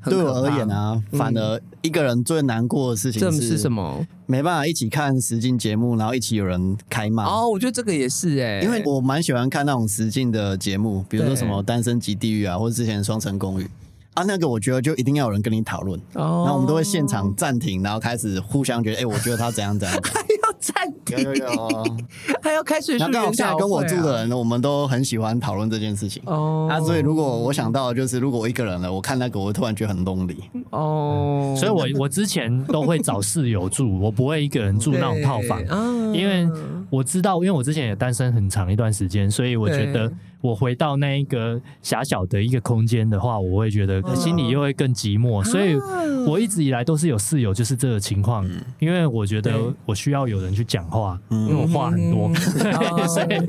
Speaker 1: 很
Speaker 3: 嗯对
Speaker 1: 可
Speaker 3: 我而
Speaker 1: 怕
Speaker 3: 言，啊，反而一个人最难过的事情
Speaker 1: 这是什
Speaker 3: 么？
Speaker 1: 么？
Speaker 3: 没办法一起看实境节目，然后一起有人开骂。
Speaker 1: 哦，我觉得这个也是哎、
Speaker 3: 啊因为我蛮喜欢看那种实境的节目，比如说
Speaker 1: 对
Speaker 3: 什么《单身即地狱》啊，或者之前《双城公寓》啊，那个我觉得就一定要有人跟你讨论，
Speaker 1: 哦
Speaker 3: 然后我们都会现场暂停，然后开始互相觉得，哎、我觉得他怎样怎样。
Speaker 1: 还要暂停，
Speaker 3: 有有有，
Speaker 1: 还要开水树
Speaker 3: 然后刚好
Speaker 1: 研
Speaker 3: 现在
Speaker 1: 讨
Speaker 3: 跟我
Speaker 1: 会啊
Speaker 3: 住的人，我们都很喜欢讨论这件事情。
Speaker 1: 哦，
Speaker 3: 啊，所以如果我想到的就是，如果我一个人了，我看那个，我会突然觉得很 lonely。
Speaker 1: 哦，
Speaker 2: 所以我我之前都会找室友住，我不会一个人住那种套房
Speaker 1: 对。啊
Speaker 2: 因为我知道，因为我之前也单身很长一段时间，所以我觉得
Speaker 1: 对
Speaker 2: 我回到那一个狭小的一个空间的话，我会觉得
Speaker 1: 嗯啊
Speaker 2: 心里又会更寂寞，所以我一直以来都是有室友，就是这个情况，因为我觉
Speaker 1: 嗯对
Speaker 2: 得我需要有人去讲话，因为我话很多
Speaker 1: 嗯， 哦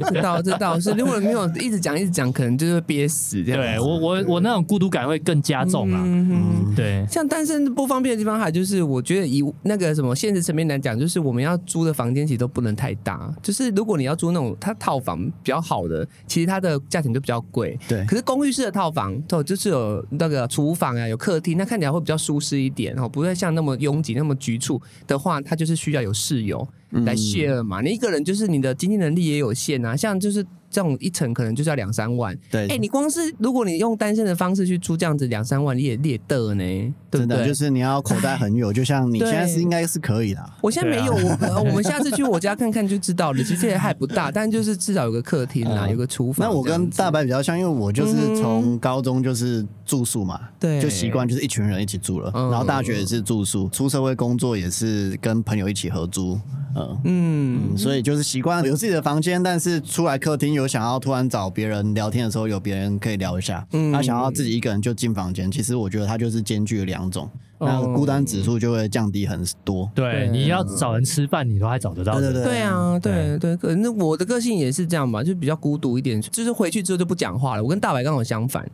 Speaker 1: 知道知道是，如果没有一直讲一直讲，可能就是憋死这样。
Speaker 2: 对我我我那种孤独感会更加重啊，
Speaker 1: 嗯
Speaker 2: 对。
Speaker 1: 像单身不方便的地方，还就是我觉得以那个什么现实层面来讲，就是我们要租的房间其实都不能太大。就是如果你要租那种它套房比较好的，其实它的价钱就比较贵。
Speaker 3: 对
Speaker 1: 可是公寓式的套房，哦，就是有那个厨房啊，有客厅，那看起来会比较舒适一点哦，不会像那么拥挤、那么局促的话，它就是需要有室友
Speaker 3: 嗯
Speaker 1: 来 share 嘛。你一个人就是你的经济能力也有限啊，像就是这种一层可能就是要两三万，
Speaker 3: 对，
Speaker 1: 哎、你光是如果你用单身的方式去租这样子两三万，你也猎的呢，对不
Speaker 3: 真
Speaker 1: 对？
Speaker 3: 的啊就是你要口袋 很有，就像你
Speaker 1: 对
Speaker 3: 现在是应该是可以啊啦。
Speaker 1: 我现在没有， 我们我们下次去我家看看就知道了。其实也还不大，但就是至少有个客厅啦，
Speaker 3: 嗯
Speaker 1: 有个厨房这样
Speaker 3: 那
Speaker 1: 子。嗯
Speaker 3: 我跟大白比较像，因为我就是从高中就是住宿嘛，
Speaker 1: 对
Speaker 3: 就习惯就是一群人一起住了，
Speaker 1: 嗯
Speaker 3: 然后大学也是住宿，出社会工作也是跟朋友一起合租，嗯。
Speaker 1: 嗯
Speaker 3: 嗯，所以就是习惯有自己的房间，但是出来客厅有想要突然找别人聊天的时候，有别人可以聊一下。
Speaker 1: 嗯
Speaker 3: 他想要自己一个人就进房间，其实我觉得他就是兼具了两种，
Speaker 1: 哦
Speaker 3: 那孤单指数就会降低很多。
Speaker 2: 对，
Speaker 1: 对
Speaker 2: 你要找人吃饭，你都还找得到的。
Speaker 3: 对对
Speaker 1: 对啊，对对，可能我的个性也是这样吧，就比较孤独一点，就是回去之后就不讲话了。我跟大白刚好相反，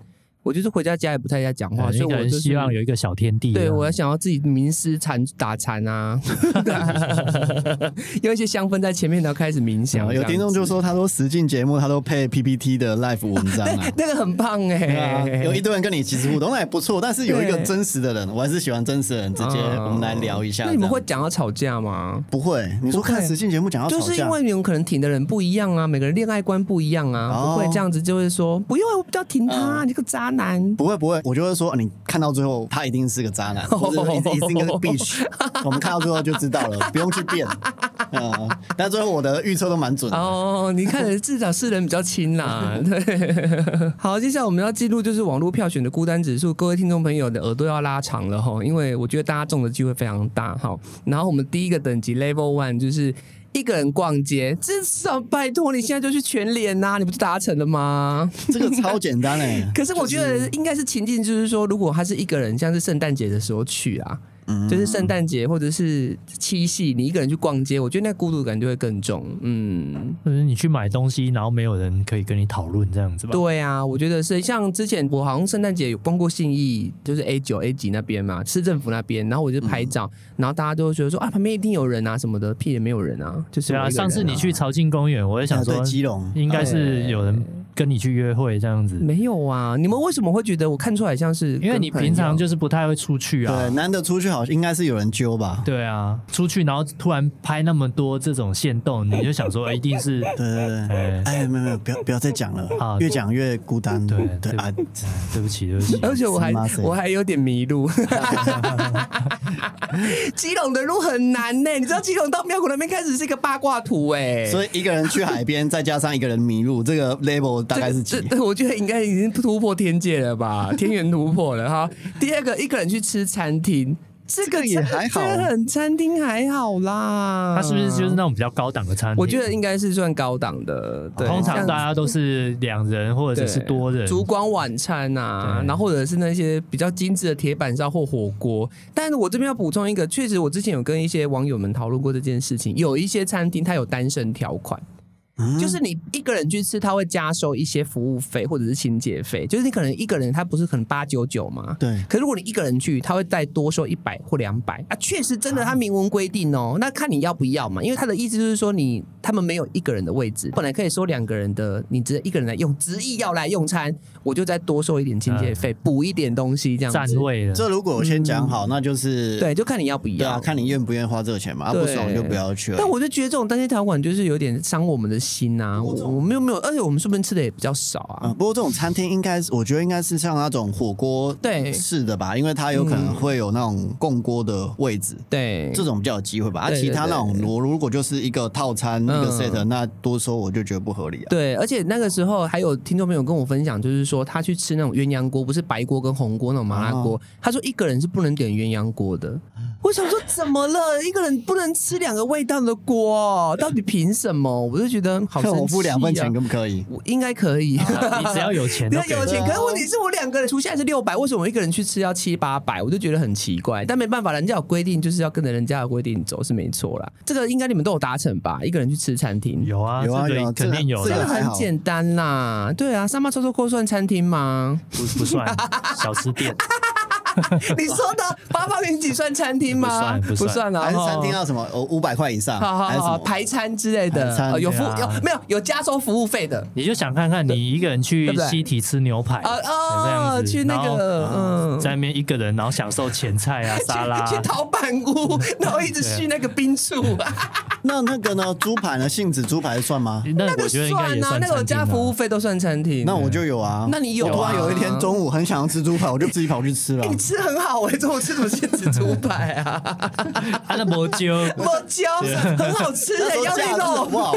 Speaker 1: 我就是回家家也不太爱讲话，
Speaker 2: 对
Speaker 1: 所以
Speaker 2: 一个
Speaker 1: 我
Speaker 2: 人
Speaker 1: 就是
Speaker 2: 希望有一个小天地啊。
Speaker 1: 对，我要想要自己冥思禅打禅 啊，用一些香氛在前面，然后开始冥想。
Speaker 3: 哦有听众就
Speaker 1: 说。。
Speaker 3: 说，他说实境节目他都配 PPT 的 live 文章啊
Speaker 1: 那个很棒哎、
Speaker 3: 对啊，有一堆人跟你其实互动，那也不错。但是有一个
Speaker 1: 对
Speaker 3: 真实的人，我还是喜欢真实的人。直接
Speaker 1: 哦
Speaker 3: 我们来聊一下。
Speaker 1: 那你们
Speaker 3: 这样
Speaker 1: 会讲到吵架吗？
Speaker 3: 不会？你说
Speaker 1: 不会
Speaker 3: 看实境节目讲到吵
Speaker 1: 就
Speaker 3: 架，
Speaker 1: 是因为你们可能挺的人不一样啊，每个人恋爱观不一样啊，
Speaker 3: 哦嗯
Speaker 1: 不会这样子就会说不用，我比较挺他，你个渣男。
Speaker 3: 不会不会，我就会说啊你看到最后，他一定是个渣男，或者一定一定是个 bitch。我们看到最后就知道了，不用去变。嗯，但最后我的预测都蛮准 的。
Speaker 1: 哦，你看的至少世人比较亲啦。对，好，接下来我们要记录就是网络票选的孤单指数，各位听众朋友的耳朵要拉长了哈，因为我觉得大家中的机会非常大哈。然后我们第一个等级 Level One 就是。一个人逛街，至少拜托你现在就去全脸呐、你不是达成了吗？
Speaker 3: 这个超简单哎、
Speaker 1: 可是我觉得应该是情境，就是说，如果他是一个人，像是圣诞节的时候去啊，就是圣诞节或者是七夕，你一个人去逛街，我觉得那孤独感就会更重。嗯，
Speaker 2: 或者你去买东西，然后没有人可以跟你讨论这样子吧？
Speaker 1: 对啊，我觉得是像之前我好像圣诞节有逛过信义，就是 A 九 A 级那边嘛，市政府那边，然后我就拍照，
Speaker 2: 嗯
Speaker 1: 然后大家都会觉得说啊，旁边一定有人啊什么的，屁也没有人啊，就是
Speaker 2: 对
Speaker 1: 我
Speaker 2: 啊，
Speaker 1: 一个人
Speaker 2: 上次你去朝庆公园，我也想
Speaker 3: 啊
Speaker 2: 说
Speaker 3: 对，基隆
Speaker 2: 应该是有人跟你去约会这样子，
Speaker 1: 没有啊，你们为什么会觉得我看出来像是？
Speaker 2: 因为你平常就是不太会出去
Speaker 3: 对，
Speaker 2: 啊。
Speaker 3: 难得出去好，应该是有人揪吧？
Speaker 2: 对啊，出去然后突然拍那么多这种线动，你就想说哎一定是
Speaker 3: 对对对，
Speaker 2: 哎
Speaker 3: 哎，没有没有，不要不要再讲了
Speaker 2: 啊，
Speaker 3: 越讲越孤单。
Speaker 2: 对
Speaker 3: 对
Speaker 2: 对
Speaker 3: 啊，
Speaker 1: 哎
Speaker 2: 嗯对不起对 不起，
Speaker 1: 而且我还
Speaker 3: 什么谁
Speaker 1: 我还有点迷 路，基隆的路很难呢、你知道基隆到庙口那边开始是一个八卦图哎、
Speaker 3: 所以一个人去海边，再加上一个人迷路，这个 level 大概是几
Speaker 1: 这？这我觉得应该已经突破天界了 吧，天元突破了哈。第二个，一个人去吃餐厅，这
Speaker 3: 这
Speaker 1: 个
Speaker 3: 个也
Speaker 1: 餐
Speaker 3: 还
Speaker 1: 这
Speaker 3: 好
Speaker 1: 个很餐厅还好啦。
Speaker 2: 他是不是就是？那种比较高档的餐厅？
Speaker 1: 我觉得应该是算高档的，对，
Speaker 2: 通常
Speaker 1: 像
Speaker 2: 大家都是两人或者
Speaker 1: 对
Speaker 2: 是多人，
Speaker 1: 烛光晚餐啊，
Speaker 2: 对
Speaker 1: 然后或者是那些比较精致的铁板烧或火锅。但是我这边要补充一个，确实我之前有跟一些网友们讨论过这件事情，有一些餐厅它有单身条款。
Speaker 3: 嗯
Speaker 1: 就是你一个人去吃，它会加收一些服务费或者是清洁费。就是你可能一个人，他不是可能八九九吗？
Speaker 3: 对
Speaker 1: 可如果你一个人去，他会再多收一百或两百啊，确实真的，他明文规定哦。那看你要不要嘛，因为他的意思就是说你他们没有一个人的位置，本来可以收两个人的，你只一个人来用，执意要来用餐，我就再多收一点清洁
Speaker 3: 嗯
Speaker 1: 费，补一点东西这样
Speaker 2: 站
Speaker 1: 子。
Speaker 2: 位的。
Speaker 3: 这如果我先讲好，那就是
Speaker 1: 嗯对，就看你要不要。
Speaker 3: 对啊，看你愿不愿意花这个钱嘛，啊
Speaker 1: 对
Speaker 3: 不爽就不要去了
Speaker 1: 但。我就觉得这种单身条款就是有点伤我们的心啊，我我们又没有，而且我们说不定吃的也比较少啊。
Speaker 3: 嗯，不过这种餐厅应该是，我觉得应该是像那种火锅
Speaker 1: 对嗯
Speaker 3: 式的吧，因为它有可能会有那种共锅的位置，
Speaker 1: 对，
Speaker 3: 这种比较有机会吧。啊，
Speaker 1: 对对
Speaker 3: 其他那种
Speaker 1: 对
Speaker 3: 如如果就是一个套餐一个
Speaker 1: 嗯
Speaker 3: set，那多收我就觉得不合理啊。
Speaker 1: 对，而且那个时候还有听众朋友跟我分享，就是说他去吃那种鸳鸯锅，不是白锅跟红锅那种麻辣锅，
Speaker 3: 哦
Speaker 1: 他说一个人是不能点鸳鸯锅的。我想说怎么了？一个人不能吃两个味道的锅，哦到底凭什么？我就觉得好
Speaker 3: 看
Speaker 1: 生气、啊。
Speaker 3: 我付两份钱可不可以？
Speaker 1: 我应该可以。
Speaker 2: 你只要有钱
Speaker 1: 你
Speaker 2: 都
Speaker 1: 要
Speaker 2: 可以
Speaker 1: 有钱，
Speaker 3: 对啊
Speaker 1: 可是问题是我两个人出现在是六百，为什么我一个人去吃要七八百？我就觉得很奇怪，但没办法，人家有规定，就是要跟着人家的规定走是没错啦。这个应该你们都有达成吧？一个人去吃餐厅，
Speaker 2: 有啊，
Speaker 3: 有啊
Speaker 2: 这个
Speaker 3: 有啊
Speaker 2: 肯定有
Speaker 3: 这
Speaker 1: 这
Speaker 3: 个
Speaker 1: 个
Speaker 2: 的，
Speaker 3: 还好
Speaker 1: 很简单啦，对啊，三妈臭臭锅算餐厅 吗？
Speaker 2: 不 不算小吃店，
Speaker 1: 你说的八方云集算餐厅吗？
Speaker 2: 不算不算
Speaker 1: 了，
Speaker 3: 还是餐厅
Speaker 1: 哦。
Speaker 3: 要什么？哦，五百块以上，
Speaker 1: 好好
Speaker 3: 还是什
Speaker 1: 好，
Speaker 3: 么
Speaker 1: 排餐之类的
Speaker 3: 排，餐
Speaker 1: 呃有服
Speaker 2: 对啊
Speaker 1: 有没有有加收服务费的？
Speaker 2: 你就想看看你一个人去
Speaker 1: 对不对
Speaker 2: 西提吃牛排
Speaker 1: 啊
Speaker 2: 这
Speaker 1: 哦，
Speaker 2: 样子
Speaker 1: 去那个
Speaker 2: 然后
Speaker 1: 嗯，
Speaker 2: 在那边一个人，然后享受前菜啊、沙 拉
Speaker 1: 去去
Speaker 2: 啊，
Speaker 1: 陶板 屋，然后一直续那个冰柱，
Speaker 3: 那那个呢？猪排呢？杏子猪排算吗？
Speaker 2: 那
Speaker 1: 那
Speaker 2: 我
Speaker 1: 个
Speaker 2: 觉得应该
Speaker 1: 算
Speaker 2: 也
Speaker 1: 啊，
Speaker 2: 算
Speaker 1: 那个
Speaker 2: 餐厅
Speaker 1: 加
Speaker 2: 啊
Speaker 1: 服务费都算餐厅。
Speaker 3: 那我就有啊。
Speaker 1: 那你有
Speaker 3: 我突
Speaker 1: 啊
Speaker 3: 然有一天中午很想要吃猪排，我就自己跑去吃了
Speaker 1: 哎。你吃很好哎，中午吃什么现吃猪排啊？
Speaker 2: 啊，那没酒，
Speaker 1: 我教
Speaker 2: 啊
Speaker 1: 很好吃
Speaker 3: 那
Speaker 1: 的，
Speaker 3: 时
Speaker 1: 要那
Speaker 3: 候假日好
Speaker 1: 种
Speaker 3: 不好？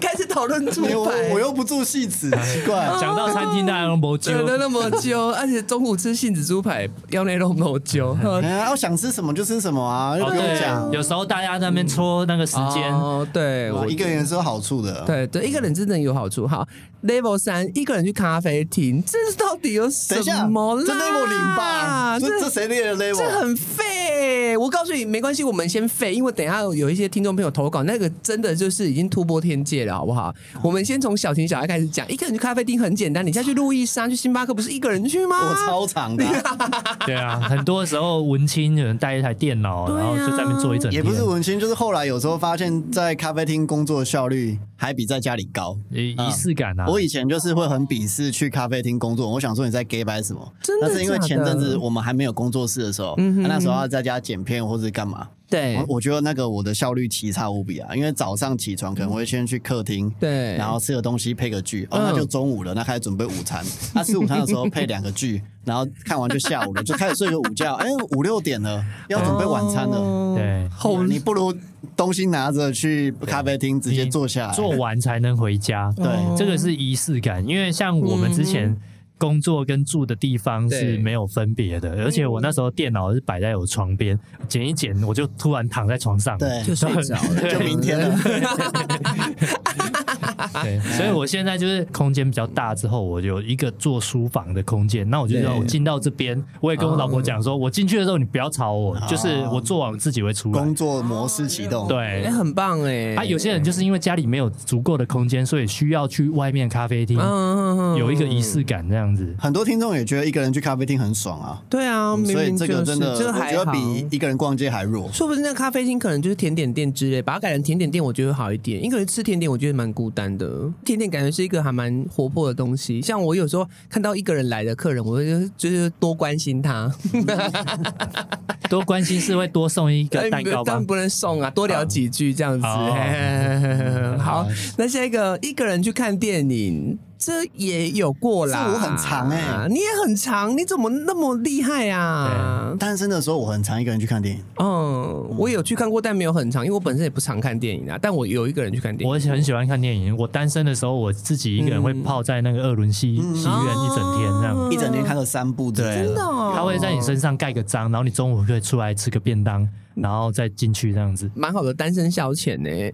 Speaker 1: 开始讨论 猪
Speaker 3: 因为我
Speaker 1: 排，哎
Speaker 3: 我又不住戏子，奇怪。
Speaker 2: 讲到餐厅大家都没酒，
Speaker 1: 等了那么久，而且中午吃杏子猪排，腰内肉没有 揪。
Speaker 3: 哎呀，我想吃什么就吃什么啊，又
Speaker 2: 哦
Speaker 3: 不用讲
Speaker 2: 对，。有时候大家在那边搓那个时间，
Speaker 1: 嗯哦，对，
Speaker 3: 对
Speaker 1: 我
Speaker 3: 一个人是有好处的。
Speaker 1: 对对，一个人真的有好处。好，Level 三，一个人去咖啡厅，这是到底有什
Speaker 3: 等一下，
Speaker 1: 么啦？
Speaker 3: 这 level 零吧？这这
Speaker 1: 这
Speaker 3: 谁列的
Speaker 1: 这
Speaker 3: level？
Speaker 1: 很废。欸我告诉你，没关系，我们先废，因为等一下有一些听众朋友投稿，那个真的就是已经突破天界了，好不好？我们先从小情小爱开始讲。一个人去咖啡厅很简单，你下去路易莎、去星巴克，不是一个人去吗？
Speaker 3: 我超长 的啊，
Speaker 2: 对啊，很多时候文青有人带一台电脑，
Speaker 1: 对啊
Speaker 2: 然后就在那边坐一整
Speaker 3: 也
Speaker 2: 天，
Speaker 3: 不是文青，就是后来有时候发现，在咖啡厅工作效率还比在家里高。
Speaker 2: 仪
Speaker 3: 啊
Speaker 2: 仪式感啊。
Speaker 3: 我以前就是会很鄙视去咖啡厅工作，我想说你在 gay 掰什么？
Speaker 1: 真的
Speaker 3: 但是因为
Speaker 1: 假的嗯
Speaker 3: 前阵子我们还没有工作室的时候，啊那时候要在家剪片或是干嘛，
Speaker 1: 对
Speaker 3: 我我觉得那个我的效率奇差无比啊，因为早上起床可能会先去客厅，
Speaker 1: 对
Speaker 3: 然后吃个东西配个剧，哦，
Speaker 1: 嗯
Speaker 3: 那就中午了，那开始准备午餐。 那吃午餐的时候配两个剧，然后看完就下午了，就开始睡个午觉。哎，五六点了，要准备晚餐了。
Speaker 1: 哦
Speaker 2: 对
Speaker 1: 好
Speaker 3: 你不如东西拿着去咖啡厅直接坐下来，
Speaker 2: 做完才能回家。
Speaker 3: 对
Speaker 1: 哦嗯
Speaker 2: 这个是仪式感，因为像我们之前工作跟住的地方
Speaker 1: 对
Speaker 2: 是没有分别的，而且我那时候电脑是摆在我床边，剪一剪我就突然躺在床上，
Speaker 3: 对，
Speaker 1: 就睡着了，
Speaker 3: 就明天了。
Speaker 1: 啊
Speaker 2: 对，所
Speaker 1: 哎
Speaker 2: 以我现在就是空间比较大之后，我有一个做书房的空间，那我就知道
Speaker 1: 对
Speaker 2: 我进到这边，我也跟我老婆讲说，我进去的时候你不要吵我，
Speaker 1: 啊
Speaker 2: 就是我做完我自己会出来
Speaker 3: 工，作模式启动，
Speaker 1: 哎、
Speaker 2: 对。
Speaker 1: 很棒哎、
Speaker 2: 啊，有些人就是因为家里没有足够的空间，所以需要去外面咖啡厅，
Speaker 1: 嗯嗯嗯
Speaker 2: 有一个仪式感这样样子。
Speaker 3: 很多听众也觉得一个人去咖啡厅很爽啊，
Speaker 1: 对啊，明
Speaker 3: 所以
Speaker 1: 明
Speaker 3: 这
Speaker 1: 就
Speaker 3: 个
Speaker 1: 是
Speaker 3: 真的，
Speaker 1: 这个
Speaker 3: 我
Speaker 1: 还
Speaker 3: 觉得
Speaker 1: 好
Speaker 3: 比一个人逛街还弱。
Speaker 1: 说不定那咖啡厅可能就是甜点店之类，把它改成甜点店，我觉得会好一点。一个人吃甜点，我觉得蛮孤单的。甜点感觉是一个还蛮活泼的东西。像我有时候看到一个人来的客人，我会就是就是多关心 他，
Speaker 2: 多关心是会多送一个蛋糕
Speaker 1: 当
Speaker 2: 吧
Speaker 1: 然？不能送啊，多聊几句这样子。
Speaker 2: 哦
Speaker 1: 好，那下一个一个人去看电影。这也有过啦，
Speaker 3: 这我很长欸
Speaker 1: 你也很长，你怎么那么厉害啊？
Speaker 3: 单身的时候，我很常一个人去看电影。
Speaker 1: 嗯，我有去看过，但没有很长，因为我本身也不常看电影啊。但我有一个人去看电影，
Speaker 2: 我很喜欢看电影，我单身的时候，我自己一个人
Speaker 1: 嗯
Speaker 2: 会泡在那个二轮戏戏院一整天这样。
Speaker 3: 一整天看个三部之类的，
Speaker 2: 对
Speaker 1: 真的哦
Speaker 2: 他会在你身上盖个章，然后你中午可以出来吃个便当，然后再进去这样子。
Speaker 1: 蛮好的单身消遣呢、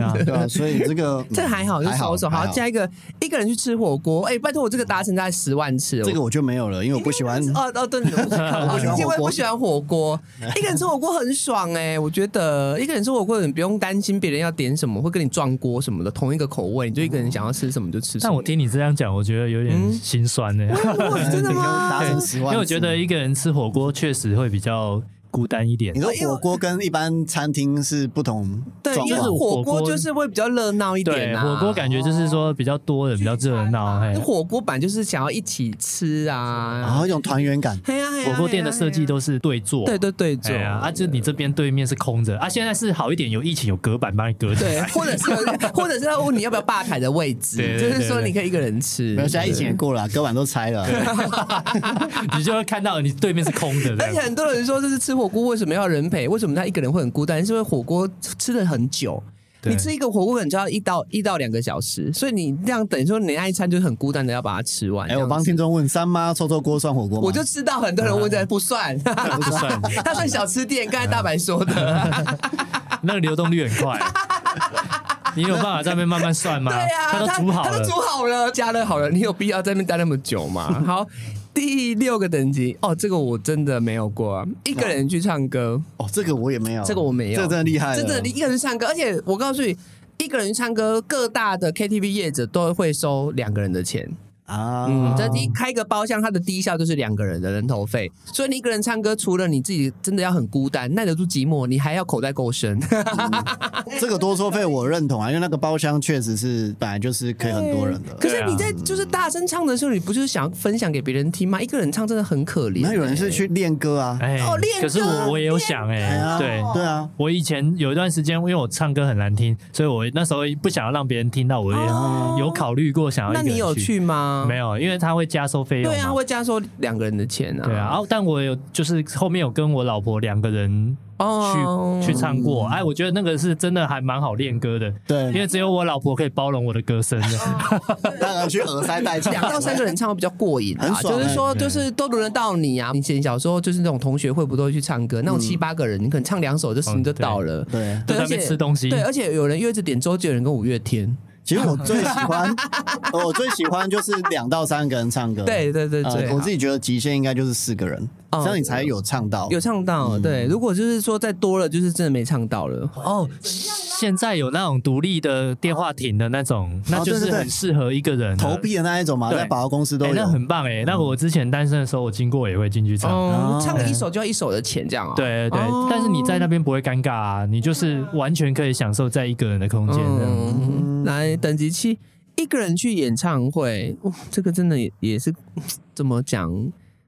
Speaker 2: 啊，
Speaker 3: 对啊，所以这个
Speaker 1: 这还好，就手手好加一个一个人去吃火锅，哎、拜托我这个达成在十万次哦。
Speaker 3: 这个我就没有了，因为我不喜欢。
Speaker 1: 哦哦，对，你们不喜欢
Speaker 3: 我不喜欢火锅
Speaker 1: 因为不喜欢火锅，一个人吃火锅很爽哎、我觉得一个人吃火锅，你不用担心别人要点什么，会跟你撞锅什么的，同一个口味，你就一个人想要吃什么就吃什
Speaker 2: 但
Speaker 1: 么。
Speaker 2: 我听你这样讲，我觉得有点
Speaker 1: 嗯
Speaker 2: 心酸呢、
Speaker 1: 哇真的
Speaker 3: 达
Speaker 1: 吗
Speaker 3: 成？十
Speaker 2: 因
Speaker 3: 万，
Speaker 2: 为我觉得一个人吃火锅确实会比较孤单一点
Speaker 3: 你。说火锅跟一般餐厅是不同
Speaker 1: 对，
Speaker 3: 状
Speaker 1: 因为
Speaker 3: 况，
Speaker 1: 火锅就是会比较热闹一点
Speaker 2: 对，
Speaker 1: 啊。
Speaker 2: 火锅感觉就是说比较多人，比较热闹。嘿，
Speaker 1: 火锅版就是想要一起吃
Speaker 3: 然
Speaker 1: 啊。
Speaker 3: 后一种团圆感。
Speaker 1: 嘿呀嘿呀
Speaker 2: 哦火锅店的设计
Speaker 1: 嘿呀
Speaker 2: 都是对坐，
Speaker 1: 对对对，这
Speaker 2: 哎
Speaker 1: 种
Speaker 2: 呀，啊，就你这边对面是空着，啊，现在是好一点，有疫情有隔板把你隔起
Speaker 1: 对，
Speaker 2: 来。
Speaker 1: 或者是 有或者是他问你要不要吧台的位置，
Speaker 2: 对对对
Speaker 1: 就是说你可以一个人吃。
Speaker 3: 没有，现在疫情也过了，啊隔板都拆了。
Speaker 2: 你就会看到你对面啊是空的，这
Speaker 1: 而且
Speaker 2: 样
Speaker 1: 很多人说，就是吃火锅为什么要人陪？为什么他一个人会很孤单？是因为火锅吃的很久。
Speaker 2: 对
Speaker 1: 你吃一个火锅可能就要一到一到两个小时，所以你这样等于说你那一餐就是很孤单的要把它吃完。
Speaker 3: 哎，我帮
Speaker 1: 这样
Speaker 3: 听众问，三妈臭臭锅算火锅吗？
Speaker 1: 子，我就知道很 多人问这不算，
Speaker 2: 不算，
Speaker 1: 他算小吃店，刚才大白说的，
Speaker 2: 那个流动 率很快。你有办法在那边慢慢算吗？
Speaker 1: 对呀，
Speaker 2: 他都煮好
Speaker 1: 他
Speaker 2: 了
Speaker 1: 都煮，好了，加热好了，你有必要在那边待那么久 吗？好，第六个等级哦，这个我真的没有过啊，一个人去唱歌，
Speaker 3: 哦，这个我也没有，
Speaker 1: 这个我没有
Speaker 3: 这个真的厉
Speaker 2: 哎
Speaker 3: 害了，
Speaker 1: 真的一个人去唱歌，而且我告诉你，一个人去唱歌，各大的 KTV 业者都会收两个人的钱。
Speaker 3: 啊，
Speaker 1: 嗯，这一开一个包厢，它的低效就是两个人的人头费，所以你一个人唱歌，除了你自己真的要很孤单，耐得住寂寞，你还要口袋够深。
Speaker 3: 这个多收费我认同啊，因为那个包厢确实是本来就是可以很多人的。
Speaker 1: 可
Speaker 2: 啊
Speaker 1: 是你在就是大声唱的时候，你不就是想分享给别人听吗？一个人唱真的很可怜、欸
Speaker 3: 那有人是去练歌啊，
Speaker 2: 哎
Speaker 1: 哦练，哦
Speaker 2: 可是
Speaker 1: 歌
Speaker 2: 我我也有想
Speaker 3: 哎
Speaker 2: 哎，
Speaker 3: 呀，
Speaker 2: 对，
Speaker 3: 对啊，
Speaker 2: 我以前有一段时间，因为我唱歌很难听，所以我那时候不想要让别人听到，我
Speaker 1: 哦
Speaker 2: 也有考虑过想要一
Speaker 1: 那
Speaker 2: 个人
Speaker 1: 你有
Speaker 2: 去？
Speaker 1: 去吗？
Speaker 2: 没有，因为他会加收费用
Speaker 1: 对
Speaker 2: 嘛。
Speaker 1: 啊，会加收两个人的钱啊。
Speaker 2: 对啊，然，后但我有就是后面有跟我老婆两个人去、
Speaker 1: 哦
Speaker 2: 去唱过，哎，我觉得那个是真的还蛮好练歌的，因
Speaker 3: 对，
Speaker 2: 为只有我老婆可以包容我的歌 声的。
Speaker 3: 当然去耳塞带
Speaker 1: 两到三个人唱会比较过瘾啊，
Speaker 3: 很爽
Speaker 1: 就
Speaker 3: 欸
Speaker 1: 是说，就是都轮得到你啊。以前小时候就是那种同学会不都会去唱歌，那种七八个人，你可能唱两首就时间就到了。
Speaker 3: 对，
Speaker 1: 对，
Speaker 2: 嗯哦都在
Speaker 1: 而
Speaker 2: 那边
Speaker 1: 且
Speaker 2: 吃东西
Speaker 1: 对，而且有人约着点周杰伦跟五月天。
Speaker 3: 其实我最喜欢， 哦我最喜欢就是两到三个人唱歌。
Speaker 1: 对对对
Speaker 3: 呃
Speaker 1: 对，
Speaker 3: 我自己觉得极限应该就是四个人，
Speaker 1: 哦
Speaker 3: 这样你才有唱到。
Speaker 1: 有唱到。对，如果就是说再多了，就是真的没唱到了。
Speaker 2: 哦，现在有那种独立的电话亭的那种，那就
Speaker 3: 哦对
Speaker 2: 是
Speaker 3: 对对
Speaker 2: 很适合一个人的
Speaker 3: 投币的那一种嘛，
Speaker 2: 对
Speaker 3: 在百货公司都
Speaker 2: 哎、那
Speaker 3: 有。
Speaker 2: 很棒哎、那我之前单身的时候，我经过也会进去唱。
Speaker 1: 哦
Speaker 3: 哦，
Speaker 1: 唱个一首就要一首的钱这样啊。
Speaker 2: 对对，
Speaker 1: 哦
Speaker 2: 但是你在那边不会尴尬啊，你就是完全可以享受在一个人的空间这样。
Speaker 1: 嗯，来等级七，一个人去演唱会，哇，这个真的也也是 怎么讲？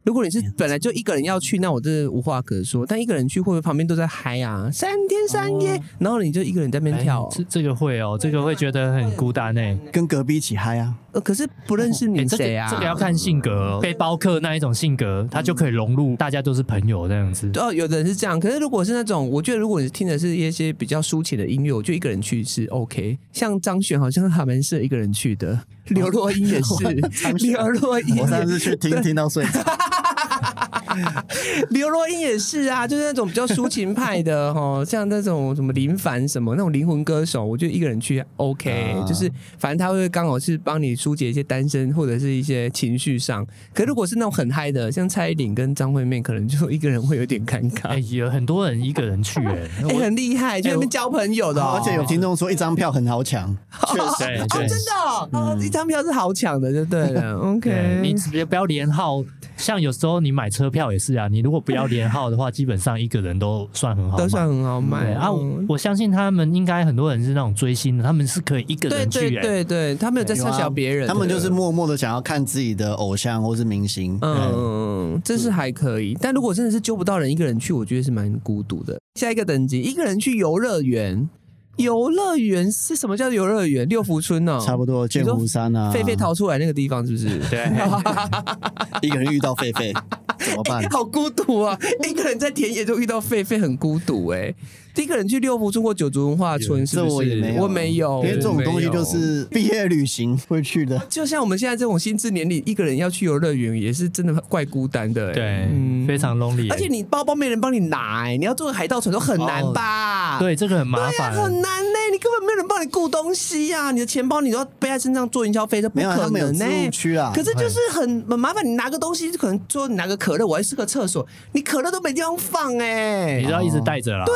Speaker 1: 如果你是本来就一个人要去，那我真的无话可说。但一个人去，会不会旁边都在嗨啊？三天三夜，然后你就一个人在那边
Speaker 2: 哦哎
Speaker 1: 跳。
Speaker 2: 这这个会哦，这个会觉得很孤单哎、
Speaker 3: 跟隔壁一起嗨啊！
Speaker 1: 呃，可是不认识
Speaker 2: 哎
Speaker 1: 你
Speaker 2: 这个
Speaker 1: 谁啊？
Speaker 2: 这个要看性格哦，背包客那一种性格，他就可以融入，大家都是朋友这样子。
Speaker 1: 哦，有的人是这样，可是如果是那种，我觉得如果你听的是一些比较抒情的音乐，我就一个人去是 OK。像张悬好像还蛮适合一个人去
Speaker 2: 哦
Speaker 1: 的， 刘若英也是，
Speaker 3: 张悬
Speaker 1: 刘若英
Speaker 3: 我 上
Speaker 1: 也
Speaker 3: 次去听听到睡着，
Speaker 1: 刘若英也是啊，就是那种比较抒情派的哈，像那种什么林凡什么那种灵魂歌手，我觉得一个人去 OK，、
Speaker 3: 啊
Speaker 1: 就是反正他会刚好是帮你疏解一些单身或者是一些情绪上。可如果是那种很嗨的，像蔡依林跟张惠妹，可能就一个人会有点尴 尬。
Speaker 2: 哎，
Speaker 1: 哎、
Speaker 2: 有很多人一个人去，哎，我
Speaker 1: 很厉害，就在那边交朋友的、哦
Speaker 3: 而且有听众说一张票很好抢，确实
Speaker 2: 对
Speaker 1: 哦，真
Speaker 2: 对
Speaker 1: 的哦，哦一张票是好抢的，就对了。
Speaker 2: 对，
Speaker 1: OK，
Speaker 2: 你直接不要连号，像有时候你买车票也是啊，你如果不要连号的话，基本上一个人都算很好买，
Speaker 1: 都算很好买
Speaker 2: 对啊。我
Speaker 1: 嗯
Speaker 2: 我相信他们应该很多人是那种追星的，他们是可以一个
Speaker 1: 对
Speaker 2: 人
Speaker 1: 对
Speaker 2: 去，哎，
Speaker 1: 对对，他没有在
Speaker 3: 有啊
Speaker 1: 嘲笑别人的，
Speaker 3: 他们就是默默的想要看自己的偶像或是明星。嗯，
Speaker 1: 嗯，这是还可以。但如果真的是揪不到人，一个人去，我觉得是蛮孤独的。下一个等级，一个人去游乐园。游乐园是什么叫游乐园？六福村哦，
Speaker 3: 差不多剑湖山啊，
Speaker 1: 狒狒逃出来那个地方是不是？ 哎
Speaker 2: 对，
Speaker 3: 一个人遇到 狒狒怎么办？
Speaker 1: 好孤独啊！一个人在田野中遇到狒狒，很孤独哎、一个人去六福村或九族文化村，是
Speaker 3: 这
Speaker 1: 不是？
Speaker 3: 我也没有，
Speaker 1: 我没有，
Speaker 3: 因为这种东西就
Speaker 1: 我没有。
Speaker 3: 是毕业旅行会去的。
Speaker 1: 就像我们现在这种心智年龄，一个人要去游乐园也是真的怪孤单的、欸。
Speaker 2: 对，非常 lonely，
Speaker 1: 而且你包包没人帮你拿、欸，你要做个海盗船都很难
Speaker 2: 哦
Speaker 1: 吧？
Speaker 2: 对这个很麻
Speaker 1: 对呀、
Speaker 3: 啊
Speaker 2: 烦，
Speaker 1: 很难呢、你根本没有人帮你顾东西呀、你的钱包你都要背在身上做营销费，这不
Speaker 3: 没有啊，
Speaker 1: 可
Speaker 3: 他们有
Speaker 1: 能
Speaker 3: 自
Speaker 1: 呢、
Speaker 3: 助区啊啦。
Speaker 1: 可是就是很很麻烦，你拿个东西，可能说你拿个可乐，我还是个厕所，你可乐都没地方放哎、欸。
Speaker 2: 你就
Speaker 1: 啊，
Speaker 2: 要一直带着啦。对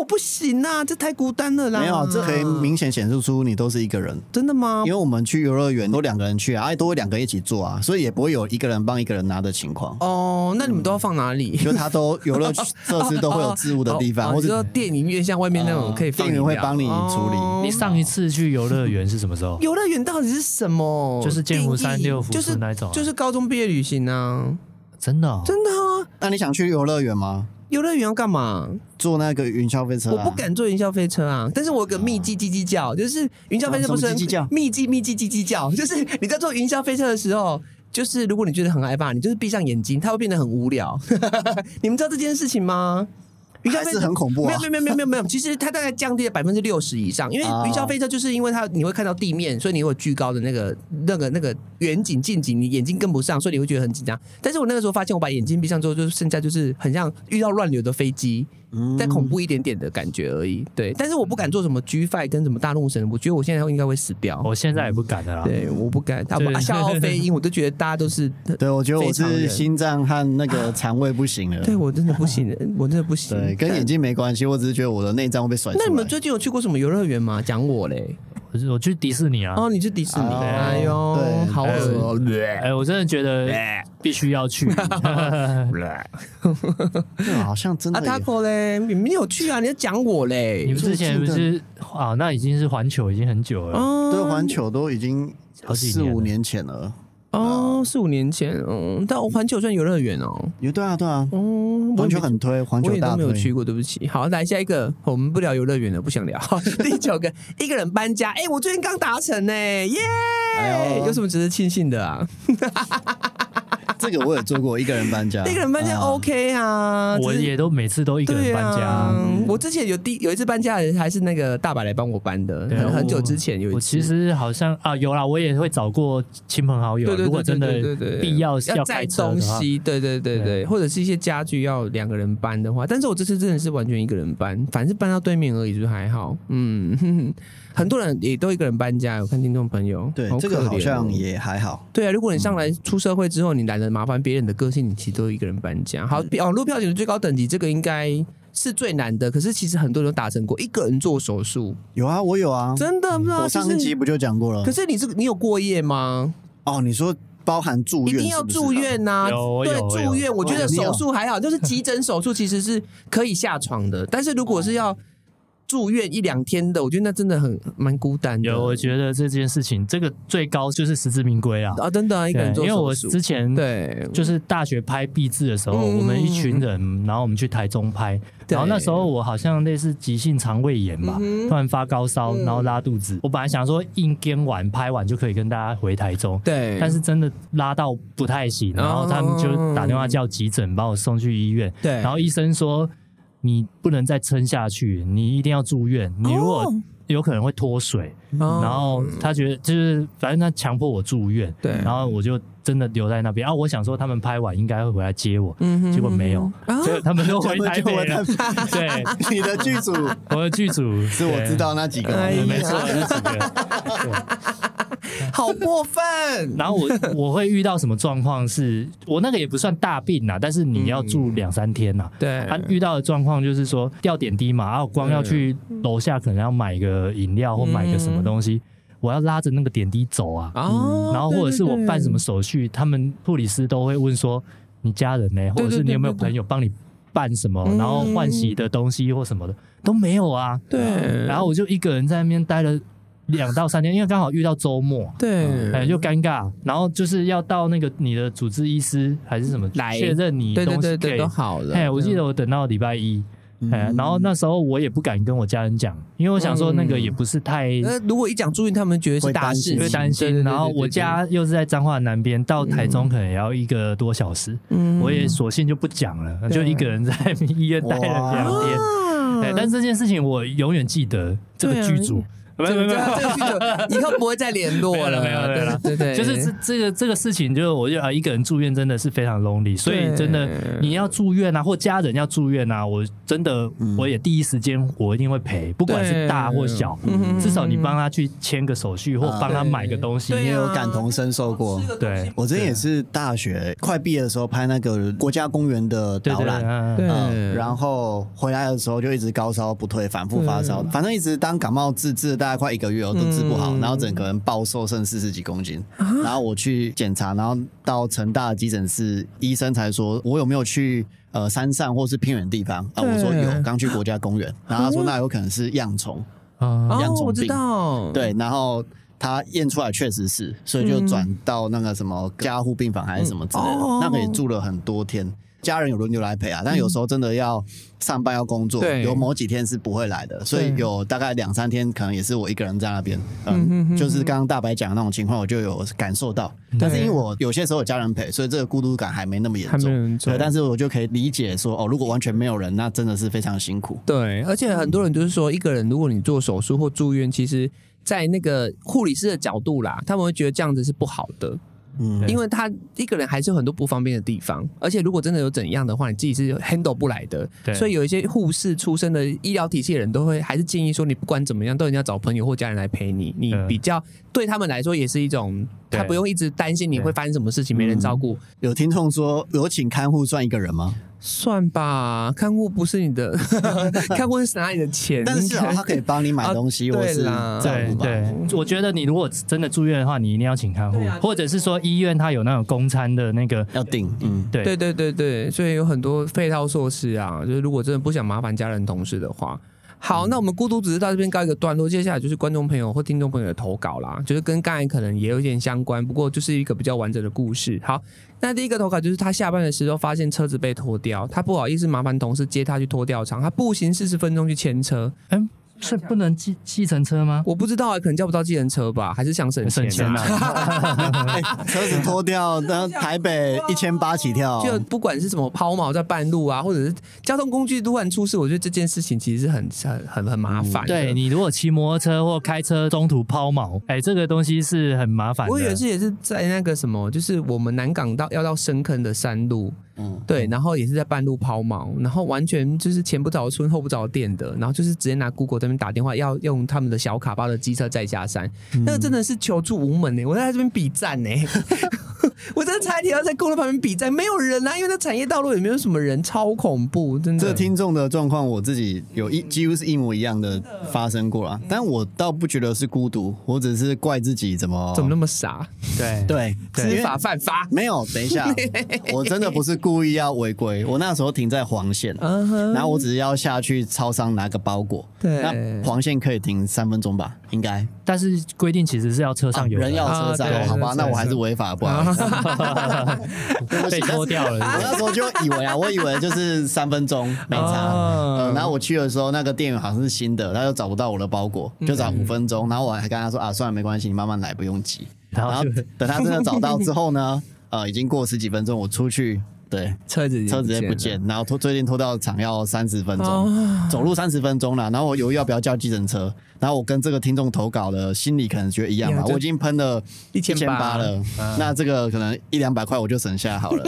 Speaker 1: 我不行啊，这太孤单了啦。
Speaker 3: 没有，这可以明显显示出你都是一个人，
Speaker 1: 真的吗
Speaker 3: 因？为我们去游乐园都两个人去啊，哎，都会两个一起做啊，所以也不会有一个人帮一个人拿的情况。
Speaker 1: 哦，那你们都要放哪里？
Speaker 3: 就他都游乐设施都会有置物的地
Speaker 1: 哦
Speaker 3: 方，
Speaker 1: 哦
Speaker 3: 或
Speaker 1: 你
Speaker 3: 者
Speaker 1: 说电影院像外面那种
Speaker 3: 啊
Speaker 1: 可以放饮
Speaker 3: 店
Speaker 1: 料，
Speaker 3: 员会帮你处理
Speaker 1: 哦
Speaker 2: 你上一次去游乐园是什么时候？
Speaker 1: 游乐园到底是什么定义？
Speaker 2: 就是剑湖山六福村
Speaker 1: 就是
Speaker 2: 那一种啊
Speaker 1: 就是高中毕业旅行啊，
Speaker 2: 真的哦，
Speaker 1: 真的啊！
Speaker 3: 那你想去游乐园吗？
Speaker 1: 游乐园要干嘛？
Speaker 3: 坐那个云霄飞车、啊？
Speaker 1: 我不敢坐云霄飞车啊，但是我有个秘技叽叽叫，就是云霄飞车不是
Speaker 3: 啊什么叽叽叫
Speaker 1: 秘技秘技叽叽叫，就是你在坐云霄飞车的时候。就是如果你觉得很害怕，你就是闭上眼睛，它会变得很无聊。 你们知道这件事情吗？云霄
Speaker 3: 还
Speaker 1: 飞
Speaker 3: 是
Speaker 1: 车
Speaker 3: 很恐怖
Speaker 1: 没
Speaker 3: 啊
Speaker 1: 有！没有没有没有没有没有，其实它大概降低了百分之六十以上，因为
Speaker 3: 哦
Speaker 1: 云霄飞车就是因为
Speaker 3: 啊
Speaker 1: 它你会看到地面，所以你会有巨高的那个那个那个远景近景，你眼睛跟不上，所以你会觉得很紧张。但是我那个时候发现，我把眼睛闭上之后，就是剩下就是很像遇到乱流的飞机，
Speaker 3: 嗯
Speaker 1: 再恐怖一点点的感觉而已。对，但是我不敢做什么 G Five 跟什么大怒神，我觉得我现在应该会死掉。
Speaker 3: 哦
Speaker 2: 我现在也不敢的啦。
Speaker 3: 啊
Speaker 1: 对，我不敢。他们
Speaker 2: 对
Speaker 1: 啊笑傲飞鹰，我都觉得大家都是
Speaker 3: 对，我觉得我
Speaker 1: 非常
Speaker 3: 是
Speaker 1: 人
Speaker 3: 心脏和那个肠胃不行了。
Speaker 1: 对我真的不行，我真的不行。
Speaker 3: 对，跟眼睛没关系，我只是觉得我的内脏会被甩出来。
Speaker 1: 那你们最近有去过什么游乐园吗？讲我嘞。
Speaker 2: 我是我去迪士尼啊。
Speaker 1: 哦，你是迪士尼？
Speaker 3: 哦
Speaker 1: 哎呦，
Speaker 3: 对
Speaker 1: 好恶心。
Speaker 2: 哎，我真的觉得必须要 去。
Speaker 3: 对好像真
Speaker 1: 啊
Speaker 3: 的也、
Speaker 1: ，Taco 嘞，你没有去啊？你要讲我
Speaker 2: 你
Speaker 1: 嘞
Speaker 2: 们？之前不是啊？那已经是环球，已经很久了。
Speaker 1: 哦
Speaker 3: 对环球都已经
Speaker 2: 好几
Speaker 3: 四
Speaker 2: 年了
Speaker 3: 五年前了。
Speaker 1: 哦，四五年前，嗯，但我环球算游乐园哦。
Speaker 3: 因为对啊对啊，
Speaker 1: 嗯，我
Speaker 3: 环
Speaker 1: 也
Speaker 3: 球
Speaker 1: 没
Speaker 3: 很推，环
Speaker 1: 我
Speaker 3: 球
Speaker 1: 也
Speaker 3: 大
Speaker 1: 都没有
Speaker 3: 推
Speaker 1: 去。过，对不起。好，来下一个，我们不聊游乐园了，不想聊。第九个，一个人搬家，哎、我最近刚达成呢、耶、
Speaker 3: 哎呦
Speaker 1: 有什么值得庆幸的啊？
Speaker 3: 啊这个我也做过，一个人搬家。
Speaker 1: 一个人搬家哦
Speaker 3: 啊
Speaker 1: OK 啊，
Speaker 2: 我
Speaker 1: 只是
Speaker 2: 也都每次都一个
Speaker 1: 对
Speaker 2: 人搬
Speaker 1: 啊
Speaker 2: 家。
Speaker 1: 我之前有第有一次搬家还是那个大白来帮我搬的，
Speaker 2: 对啊
Speaker 1: 很很久
Speaker 2: 我
Speaker 1: 之前有一次。
Speaker 2: 我其实好像啊，有啦，我也会找过亲朋好友。
Speaker 1: 对对对
Speaker 2: 啊
Speaker 1: 对
Speaker 2: 如果真
Speaker 1: 对对
Speaker 2: 的
Speaker 1: 对对
Speaker 2: 必要
Speaker 1: 要载
Speaker 2: 开车
Speaker 1: 东
Speaker 2: 的话，
Speaker 1: 西，对对对对，或者是一些家具要两个人搬的话，但是我这次真的是完全一个人搬，反正是搬到对面而已，就是还好。嗯，哼哼很多人也都一个人搬家，我看听众朋友，
Speaker 3: 对
Speaker 1: 好
Speaker 3: 这个
Speaker 1: 可
Speaker 3: 好
Speaker 1: 怜
Speaker 3: 像
Speaker 1: 哦
Speaker 3: 也嗯还好。
Speaker 1: 对啊，如果你上来出社会之后，你懒得麻烦别人的个性，你其实都一个人搬家。好，网络票选的最高等级，这个应该。是最难的，可是其实很多人都达成过，一个人做手术，
Speaker 3: 有啊，我有啊。
Speaker 1: 真的不知道。
Speaker 3: 我上一集
Speaker 1: 就是
Speaker 3: 不就讲过了
Speaker 1: 可？是你这个你有过夜吗？
Speaker 3: 哦，你说包含住
Speaker 1: 一
Speaker 3: 院是不是，
Speaker 1: 定要住院呐、
Speaker 2: 有我有
Speaker 1: 对，
Speaker 2: 我有
Speaker 1: 住院。我觉得
Speaker 3: 哦你有
Speaker 1: 手术还好，就是急诊手术其实是可以下床的，但是如
Speaker 2: 哦
Speaker 1: 果是要住院一两天的，我觉得那真的很蛮孤单的。
Speaker 2: 有，我觉得这件事情，这个最高就是实至名归啦。
Speaker 1: 啊，真的、啊、一个
Speaker 2: 对
Speaker 1: 人，
Speaker 2: 因
Speaker 1: 做
Speaker 2: 为
Speaker 1: 手
Speaker 2: 我
Speaker 1: 术，
Speaker 2: 之前
Speaker 1: 对，
Speaker 2: 就是大学拍毕制的时候，
Speaker 1: 嗯
Speaker 2: 我们一群人，然后我们去台中拍，
Speaker 1: 对嗯
Speaker 2: 然后那时候我好像类似急性肠胃炎吧，突然发高烧，然后拉肚子。我本来想说硬跟完拍完就可以跟大家回台中，
Speaker 1: 对，
Speaker 2: 但是真的拉到不太行，然后他们就打电话叫急诊把我送去医院，
Speaker 1: 嗯对，
Speaker 2: 然后医生说你不能再撑下去，你一定要住院，你如果有可能会脱水，
Speaker 1: 哦
Speaker 2: 然后他觉得就是反正他强迫我住院，
Speaker 1: 对
Speaker 2: 然后我就真的留在那边啊。我想说他们拍完应该会回来接我，
Speaker 1: 嗯哼
Speaker 2: 结果没有，
Speaker 1: 嗯哼
Speaker 2: 结果他们都回
Speaker 3: 全部
Speaker 2: 台
Speaker 3: 就
Speaker 2: 北
Speaker 3: 回
Speaker 2: 了。对，
Speaker 3: 你的剧组
Speaker 2: 我的剧组
Speaker 3: 是我知，道那几个，
Speaker 1: 哎
Speaker 2: 对
Speaker 1: 呀
Speaker 2: 没错，那几个。
Speaker 1: 好过分！
Speaker 2: 然后我我会遇到什么状况是？我那个也不算大病啊啦，但是你要住两三天呐。
Speaker 1: 嗯对，
Speaker 2: 他遇到的状况就是说掉点滴嘛，啊，我光要去楼下可能要买个饮料或买个什么东西，我要拉着那个点滴走啊，
Speaker 1: 嗯哦，
Speaker 2: 然后或者是我办什么
Speaker 1: 对，
Speaker 2: 手续，他们护理师都会问说你家人呢、或者
Speaker 1: 对
Speaker 2: 是
Speaker 1: 对
Speaker 2: 你有没有
Speaker 1: 对
Speaker 2: 朋友帮你办什么，
Speaker 1: 嗯
Speaker 2: 然后换洗的东西或什么的都没有啊，
Speaker 1: 对对，
Speaker 2: 然后我就一个人在那边待了两到三天，因为刚好遇到周末。
Speaker 1: 对，
Speaker 2: 哎，就尴尬，然后就是要到那个你的主治医师还是什么
Speaker 1: 来
Speaker 2: 确认你
Speaker 1: 对对
Speaker 2: 东
Speaker 1: 对
Speaker 2: 西
Speaker 1: 对啊
Speaker 2: 给
Speaker 1: 都好了。嗯
Speaker 2: 哎，我记
Speaker 1: 这样
Speaker 2: 得我等到礼拜一，
Speaker 3: 嗯
Speaker 2: 哎，然后那时候我也不敢跟我家人讲，因为我想说那个也不是太
Speaker 1: 那如果一讲住院，他们觉得是
Speaker 3: 会
Speaker 1: 大
Speaker 3: 担
Speaker 1: 事
Speaker 3: 心
Speaker 1: 情，
Speaker 2: 会
Speaker 1: 嗯
Speaker 2: 担
Speaker 1: 对
Speaker 2: 心。然后我，家又是在彰化南边，到台中可能也要一个多小时，
Speaker 1: 对对对对嗯
Speaker 2: 我也索性就不讲了，就一个人在医院待了两天。
Speaker 1: 啊
Speaker 2: 哎，但这件事情我永远记得这
Speaker 1: 对
Speaker 2: 个
Speaker 1: 啊
Speaker 2: 剧组，没有没有
Speaker 1: 对
Speaker 2: 没有
Speaker 1: 啊，这个需 求以后不会再联络了，
Speaker 2: 没有没有没有了
Speaker 1: 对对，对
Speaker 2: 就是这这个这个事情，就是我就啊一个人住院真的是非常 lonely，所以真的你要住院啊，或家人要住院啊，我真的我也第一时间我一定会陪，不管是大或小，
Speaker 1: 嗯
Speaker 2: 至少你帮他去签个手续或帮他买个东西，
Speaker 1: 对
Speaker 3: 你也有
Speaker 1: 啊
Speaker 3: 感同身受过。
Speaker 2: 对
Speaker 3: 我之前也是大学快毕业的时候拍那个国家公园的
Speaker 2: 对
Speaker 3: 导
Speaker 2: 对
Speaker 3: 览，
Speaker 2: 嗯
Speaker 1: 对
Speaker 3: 嗯，然后回来的时候就一直高烧不退，反复发
Speaker 1: 嗯
Speaker 3: 烧，反正一直当感冒治治了大概快一个月哦，都治不好，然后整个人暴瘦，剩四十几公斤。
Speaker 1: 啊
Speaker 3: 然后我去检查，然后到成大的急诊室，医生才说我有没有去呃山上或是偏远地方啊？我说
Speaker 1: 对
Speaker 3: 有，刚去国家公园。然后他说那有可能是恙虫，
Speaker 2: 啊
Speaker 1: 哦
Speaker 3: 养虫，
Speaker 1: 我知
Speaker 3: 病
Speaker 1: 道，
Speaker 3: 对，然后。他验出来确实是，所以就转到那个什么加护病房还是什么之类的，
Speaker 1: 嗯哦嗯
Speaker 3: 那个也住了很多天。家人有轮流来陪啊，但有时候真的要上班要工作，
Speaker 1: 对
Speaker 3: 有某几天是不会来的，所以
Speaker 1: 对
Speaker 3: 有大概两三天可能也是我一个人在那边。
Speaker 1: 嗯
Speaker 3: 嗯，
Speaker 1: 哼哼嗯
Speaker 3: 就是刚刚大白讲的那种情况，我就有感受到。但是因为我有些时候有家人陪，所以这个孤独感还没那么严
Speaker 1: 还没有
Speaker 3: 重
Speaker 1: 严。重
Speaker 3: 对，但是我就可以理解说，哦，如果完全没有人，那真的是非常辛苦。
Speaker 1: 对，而且很多人就是说，一个人如果你做手术或住院，其实，在那个护理师的角度啦，他们会觉得这样子是不好的，
Speaker 3: 嗯，
Speaker 1: 因为他一个人还是有很多不方便的地方，而且如果真的有怎样的话，你自己是 handle 不来的。
Speaker 2: 对
Speaker 1: 所以有一些护士出身的医疗体系的人都会还是建议说，你不管怎么样，都一定要找朋友或家人来陪你，你
Speaker 2: 嗯
Speaker 1: 比较对他们来说也是一种，
Speaker 2: 对
Speaker 1: 他不用一直担心你
Speaker 2: 对
Speaker 1: 会发生什么事情，没人
Speaker 3: 嗯
Speaker 1: 照顾，
Speaker 3: 有听众说，有请看护算一个人吗？
Speaker 1: 算吧，看护不是你的， 看护是拿你的钱，
Speaker 3: 但是 啊，他可以帮你买东西，
Speaker 1: 啊
Speaker 3: 或
Speaker 1: 对
Speaker 3: 是
Speaker 1: 啦
Speaker 3: 照
Speaker 2: 对
Speaker 3: 顾吧。
Speaker 2: 对，我觉得你如果真的住院的话，你一定要请看护
Speaker 1: 对啊，
Speaker 2: 或者是说医院它有那种公餐的那个，
Speaker 3: 要定，嗯，
Speaker 2: 对
Speaker 1: 对对对对，所以有很多配套措施啊，就是如果真的不想麻烦家人同事的话。好，那我们孤独只是到这边告一个段落，接下来就是观众朋友或听众朋友的投稿啦，就是跟刚才可能也有一点相关，不过就是一个比较完整的故事。好，那第一个投稿就是他下班的时候发现车子被拖掉，他不好意思麻烦同事接他去拖吊场，他步行四十分钟去牵车，
Speaker 2: 嗯，是不能计计程车吗？
Speaker 1: 我不知道、啊，可能叫不到计程车吧，还是想省
Speaker 2: 省钱
Speaker 1: 啊
Speaker 2: 啊！
Speaker 3: 哎
Speaker 1: 嗯
Speaker 3: 车子拖掉，然后台北一千八起跳，
Speaker 1: 就不管是什么抛锚在半路啊，或者是交通工具突然出事，我觉得这件事情其实是很很很很麻烦、的。嗯
Speaker 2: 对你如果骑摩托车或开车中途抛锚，哎，这个东西是很麻烦的。
Speaker 1: 我有一次也是在那个什么，就是我们南港到要到深坑的山路，
Speaker 3: 嗯，
Speaker 1: 对，然后也是在半路抛锚，然后完全就是前不着村后不着店的，然后就是直接拿 Google 这边打电话，要用他们的小卡巴的机车载下山，那个真的是求助无门欸呢、我在这边比赞呢、 我真的差点要在公路旁边比赞，没有人啊，因为那产业道路也没有什么人，超恐怖，真的。
Speaker 3: 这听众的状况我自己有一几乎是一模一样的发生过啦，但我倒不觉得是孤独，我只是怪自己怎么
Speaker 1: 怎么那么傻？
Speaker 2: 对
Speaker 3: 对
Speaker 2: 对
Speaker 1: 知法犯法。
Speaker 3: 没有，等一下，我真的不是故意要违规，我那时候停在黄线，
Speaker 1: 嗯哼，
Speaker 3: 然后我只是要下去超商拿个包裹，
Speaker 1: 对
Speaker 3: 那黄线可以停三分钟吧，应该，
Speaker 2: 但是规定其实是要车上有
Speaker 3: 人要
Speaker 1: 啊
Speaker 3: 车 上，
Speaker 1: 对啊
Speaker 3: 哦好吧，
Speaker 1: 人
Speaker 3: 那
Speaker 1: 要
Speaker 3: 我
Speaker 1: 车
Speaker 3: 还是违法，不好意思。
Speaker 2: 被拖掉了。
Speaker 3: 我那时候就以为啊，我以为就是三 分钟没差。
Speaker 1: 哦
Speaker 3: 呃然后我去的时候，那个店员好像是新的，他就找不到我的包裹，
Speaker 1: 嗯
Speaker 3: 就找五分钟。然后我还跟他说啊，算了，没关系，你慢慢来，不用急。
Speaker 2: 然后
Speaker 3: 然后
Speaker 2: 就
Speaker 3: 等他真的找到之后呢，呃，已经过十几分钟，我出去对，
Speaker 1: 车子已经
Speaker 3: 车子直接不
Speaker 1: 了
Speaker 3: 见，然后拖最近拖到厂要三十分钟，
Speaker 1: 哦
Speaker 3: 走路三十分钟啦。然后我犹豫要不要叫计程车，然后我跟这个听众投稿的心里可能觉得一样吧，
Speaker 1: 一样就
Speaker 3: 我已经喷了
Speaker 1: 1800
Speaker 3: 八了，那这个可能一两百块我就省下好了。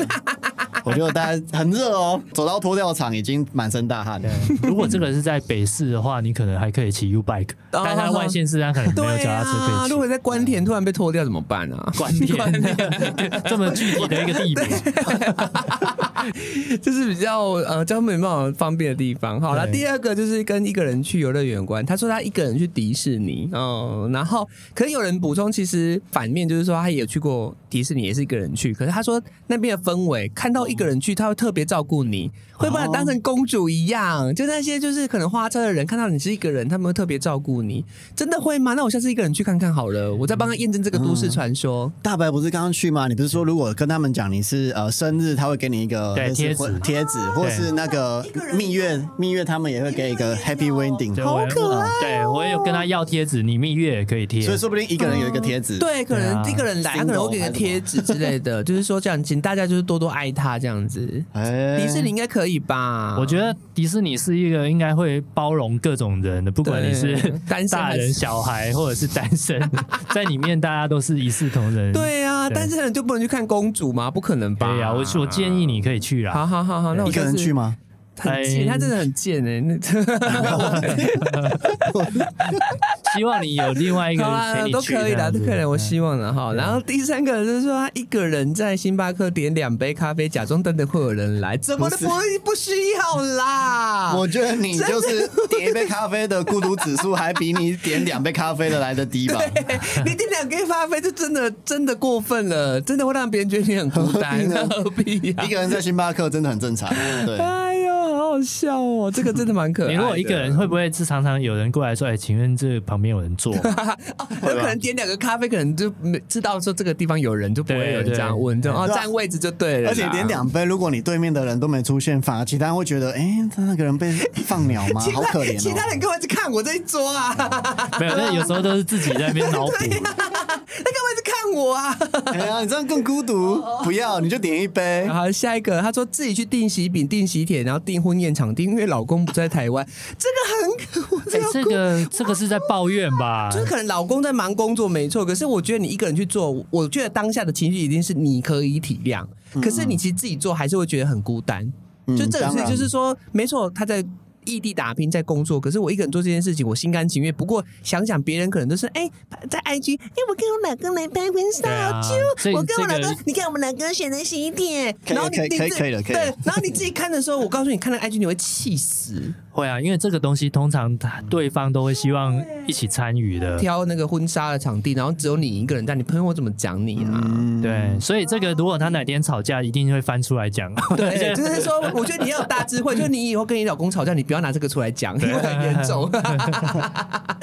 Speaker 3: 我觉得大家很热哦，走到拖吊场已经满身大汗了。
Speaker 2: 如果这个是在北市的话，你可能还可以骑 U bike，但是它外县市，它可能没有
Speaker 1: 对
Speaker 2: 脚踏车可
Speaker 1: 啊，
Speaker 2: 以
Speaker 1: 如
Speaker 2: 骑。
Speaker 1: 果在关田突然被拖掉怎么办啊？
Speaker 2: 关店 这么具体的一个 地名，
Speaker 1: 这是比较呃交通没办法方便的地方。好了，
Speaker 2: 对
Speaker 1: 第二个就是跟一个人去游乐园有关。他说他一个人去迪士尼，嗯，然后可能有人补充，其实反面就是说他也去过迪士尼，也是一个人去。可是他说那边的氛围，看到一个人去，他会特别照顾你，会把你当成公主一样。就那些就是可能花车的人看到你是一个人，他们会特别照顾你，真的会吗？那我下次一个人去看看好了，我再帮他验证这个都市传说。
Speaker 3: 大白不是刚刚去吗？你不是说如果跟他们讲你是呃生日，他会给你一个
Speaker 2: 对
Speaker 3: 类似
Speaker 2: 贴
Speaker 3: 婚
Speaker 2: 纸
Speaker 3: 贴纸，或是那个蜜月蜜月，他们也会给一个 Happy Wedding。
Speaker 2: 对我也
Speaker 1: 哦
Speaker 2: 对我也有跟他要贴纸，你蜜月也可以贴。
Speaker 3: 所以说不定一个人有一个贴纸，
Speaker 1: 对，可能
Speaker 2: 对啊
Speaker 1: 一个人来，他可能会给个贴纸之类的， 就是说这样，请大家就是多多爱他这样子。
Speaker 3: 哎，
Speaker 1: 迪士尼应该可以吧？
Speaker 2: 我觉得迪士尼是一个应该会包容各种人的，不管你是
Speaker 1: 对单身
Speaker 2: 大
Speaker 1: 还
Speaker 2: 人、
Speaker 1: 是
Speaker 2: 小孩或者是单 身，在里面大家都是一视同仁。
Speaker 1: 对啊，
Speaker 2: 嗯对
Speaker 1: 单身人就不能去看公主吗？不可能吧？
Speaker 2: 对呀，啊我我建议啊你可以去啦。
Speaker 1: 好好好好，那我
Speaker 3: 一个人去
Speaker 1: 吗？
Speaker 3: 吗？
Speaker 1: 很贱，他真的啊很贱哎、 那
Speaker 2: 希望你有另外一个
Speaker 1: 好
Speaker 2: 人陪
Speaker 1: 啦，
Speaker 2: 你
Speaker 1: 都
Speaker 2: 去
Speaker 1: 可以
Speaker 2: 这
Speaker 1: 的，
Speaker 2: 样子
Speaker 1: 都可以的，我
Speaker 2: 对啊
Speaker 1: 希望了哈。然后第三个就是说，他一个人在星巴克点两杯咖啡，假装等等会有人来，怎么都不
Speaker 3: 不
Speaker 1: 不需要啦。
Speaker 3: 我觉得你就是点一杯咖啡的孤独指数，还比你点两杯咖啡的来的低吧？
Speaker 1: 你点两杯咖啡，就真的真的过分了，真的会让别人觉得你很孤单，那 何必呀、
Speaker 3: 一个人在星巴克真的很正常，对。
Speaker 1: 哎呦，好好笑哦，这个真的蛮可爱的。
Speaker 2: 你如果一个人，会不会是常常有人过来说：“哎，请问这旁边有人坐吗？”
Speaker 1: 有哦可能点两个咖啡，可能就没知道说这个地方有人，就不会有人这样问，就哦
Speaker 3: 对啊
Speaker 1: 占位置就对了啦。
Speaker 3: 而且点两杯，如果你对面的人都没出现，反而其他人会觉得，哎、他那个人被放鸟吗？
Speaker 1: 其
Speaker 3: 好
Speaker 1: 他
Speaker 3: 可怜
Speaker 1: 其他
Speaker 3: 哦。
Speaker 1: 人干嘛一直看我这一桌啊？他干嘛
Speaker 2: 没有，那有时候都是自己在那边脑补。
Speaker 1: 一直看我 啊？
Speaker 3: 哎呀，你这样更孤独，
Speaker 1: 哦
Speaker 3: 不要，你就点一杯
Speaker 1: 然。后下一个，他说自己去订喜饼、订喜帖，然后订婚宴场订，因为老公不在台湾，这个很可，我
Speaker 2: 哎
Speaker 1: 这要，
Speaker 2: 这个这个是在抱怨吧？
Speaker 1: 就是可能老公在忙工作没错，可是我觉得你一个人去做，我觉得当下的情绪一定是你可以体谅，可是你其实自己做还是会觉得很孤单。
Speaker 3: 嗯
Speaker 1: 就这个
Speaker 3: 当
Speaker 1: 事，
Speaker 3: 然
Speaker 1: 就是说，没错，他在。异地打拼在工作，可是我一个人做这件事情，我心甘情愿。不过想想别人可能都是哎、在 IG，哎、我跟我老公来拍婚纱，
Speaker 2: 对啊
Speaker 1: 好揪、
Speaker 2: 所以
Speaker 1: 我跟我老公，
Speaker 2: 这个啊
Speaker 1: 你看我们两个选择喜点，
Speaker 3: 可以
Speaker 1: 然后你
Speaker 3: 可以
Speaker 1: 你
Speaker 3: 可以
Speaker 1: 自
Speaker 3: 可以了可以
Speaker 1: 对
Speaker 3: 了，
Speaker 1: 然后你自己看的时候，我告诉你，看到 IG 你会气 死。
Speaker 2: 会啊，因为这个东西通常他对方都会希望一起参与
Speaker 3: 嗯
Speaker 2: 的。
Speaker 1: 挑那个婚纱的场地，然后只有你一个人在，你朋友怎么讲你啊？
Speaker 3: 嗯
Speaker 2: 对，所以这个如果他哪天吵架，一定会翻出 来讲。
Speaker 1: 对，就是说，我觉得你要有大智慧，就是你以后跟你老公吵架，你不要拿这个出来讲，因为很严 重。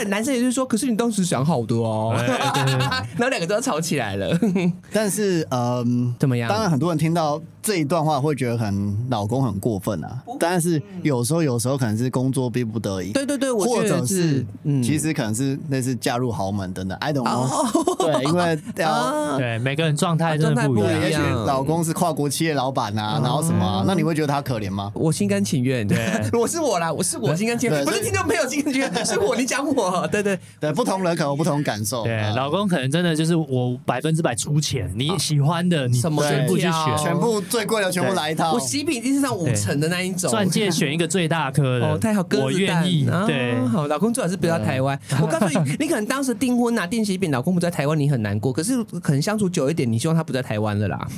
Speaker 1: 男生也是说，可是你当时想好的哦， 然后两个都要吵起来了，
Speaker 3: 但是，嗯，
Speaker 1: 怎么样？
Speaker 3: 当然，很多人听到这一段话会觉得很老公很过分啊，但是有时候有时候可能是工作逼不得已，
Speaker 1: 对对对，我
Speaker 3: 或
Speaker 1: 觉
Speaker 3: 者
Speaker 1: 得
Speaker 3: 是
Speaker 1: 嗯，
Speaker 3: 其实可能是类似嫁入豪门等等，I don't know，对，因为要。
Speaker 1: 哦啊，
Speaker 2: 对，每个人状态真的不一
Speaker 1: 状态
Speaker 3: 对，
Speaker 1: 不一
Speaker 3: 也
Speaker 1: 样嗯
Speaker 2: 样。
Speaker 3: 许老公是跨国企业老板啊，然后什么啊、那你会觉得他可怜吗？
Speaker 1: 我心甘情愿，
Speaker 2: 对
Speaker 1: 我是我啦，我是我心甘情愿，
Speaker 3: 对
Speaker 1: 不是
Speaker 3: 所以
Speaker 1: 听众朋友心甘情愿，是我，你讲我，对对，
Speaker 3: 对，不同人可能有不同感
Speaker 1: 哦
Speaker 3: 受。
Speaker 2: 对
Speaker 3: 啊，
Speaker 2: 老公可能真的就是我百分之百出钱，你喜欢的你
Speaker 1: 啊什么
Speaker 2: 全部去
Speaker 1: 都挑
Speaker 2: 选，
Speaker 3: 全部最贵的全部来一套。
Speaker 1: 我喜饼一定是上五成的那一种，
Speaker 2: 钻戒选一个最大颗的。
Speaker 1: 哦，太好，鸽子
Speaker 2: 嗯我愿
Speaker 1: 蛋
Speaker 2: 意
Speaker 1: 啊。
Speaker 2: 对，
Speaker 1: 好，老公最好是不要台 湾。我告诉你，你可能当时订婚啊、订喜饼，老公不在台湾，你很难过。可是可能相处久一点，你希望他不在台湾了啦。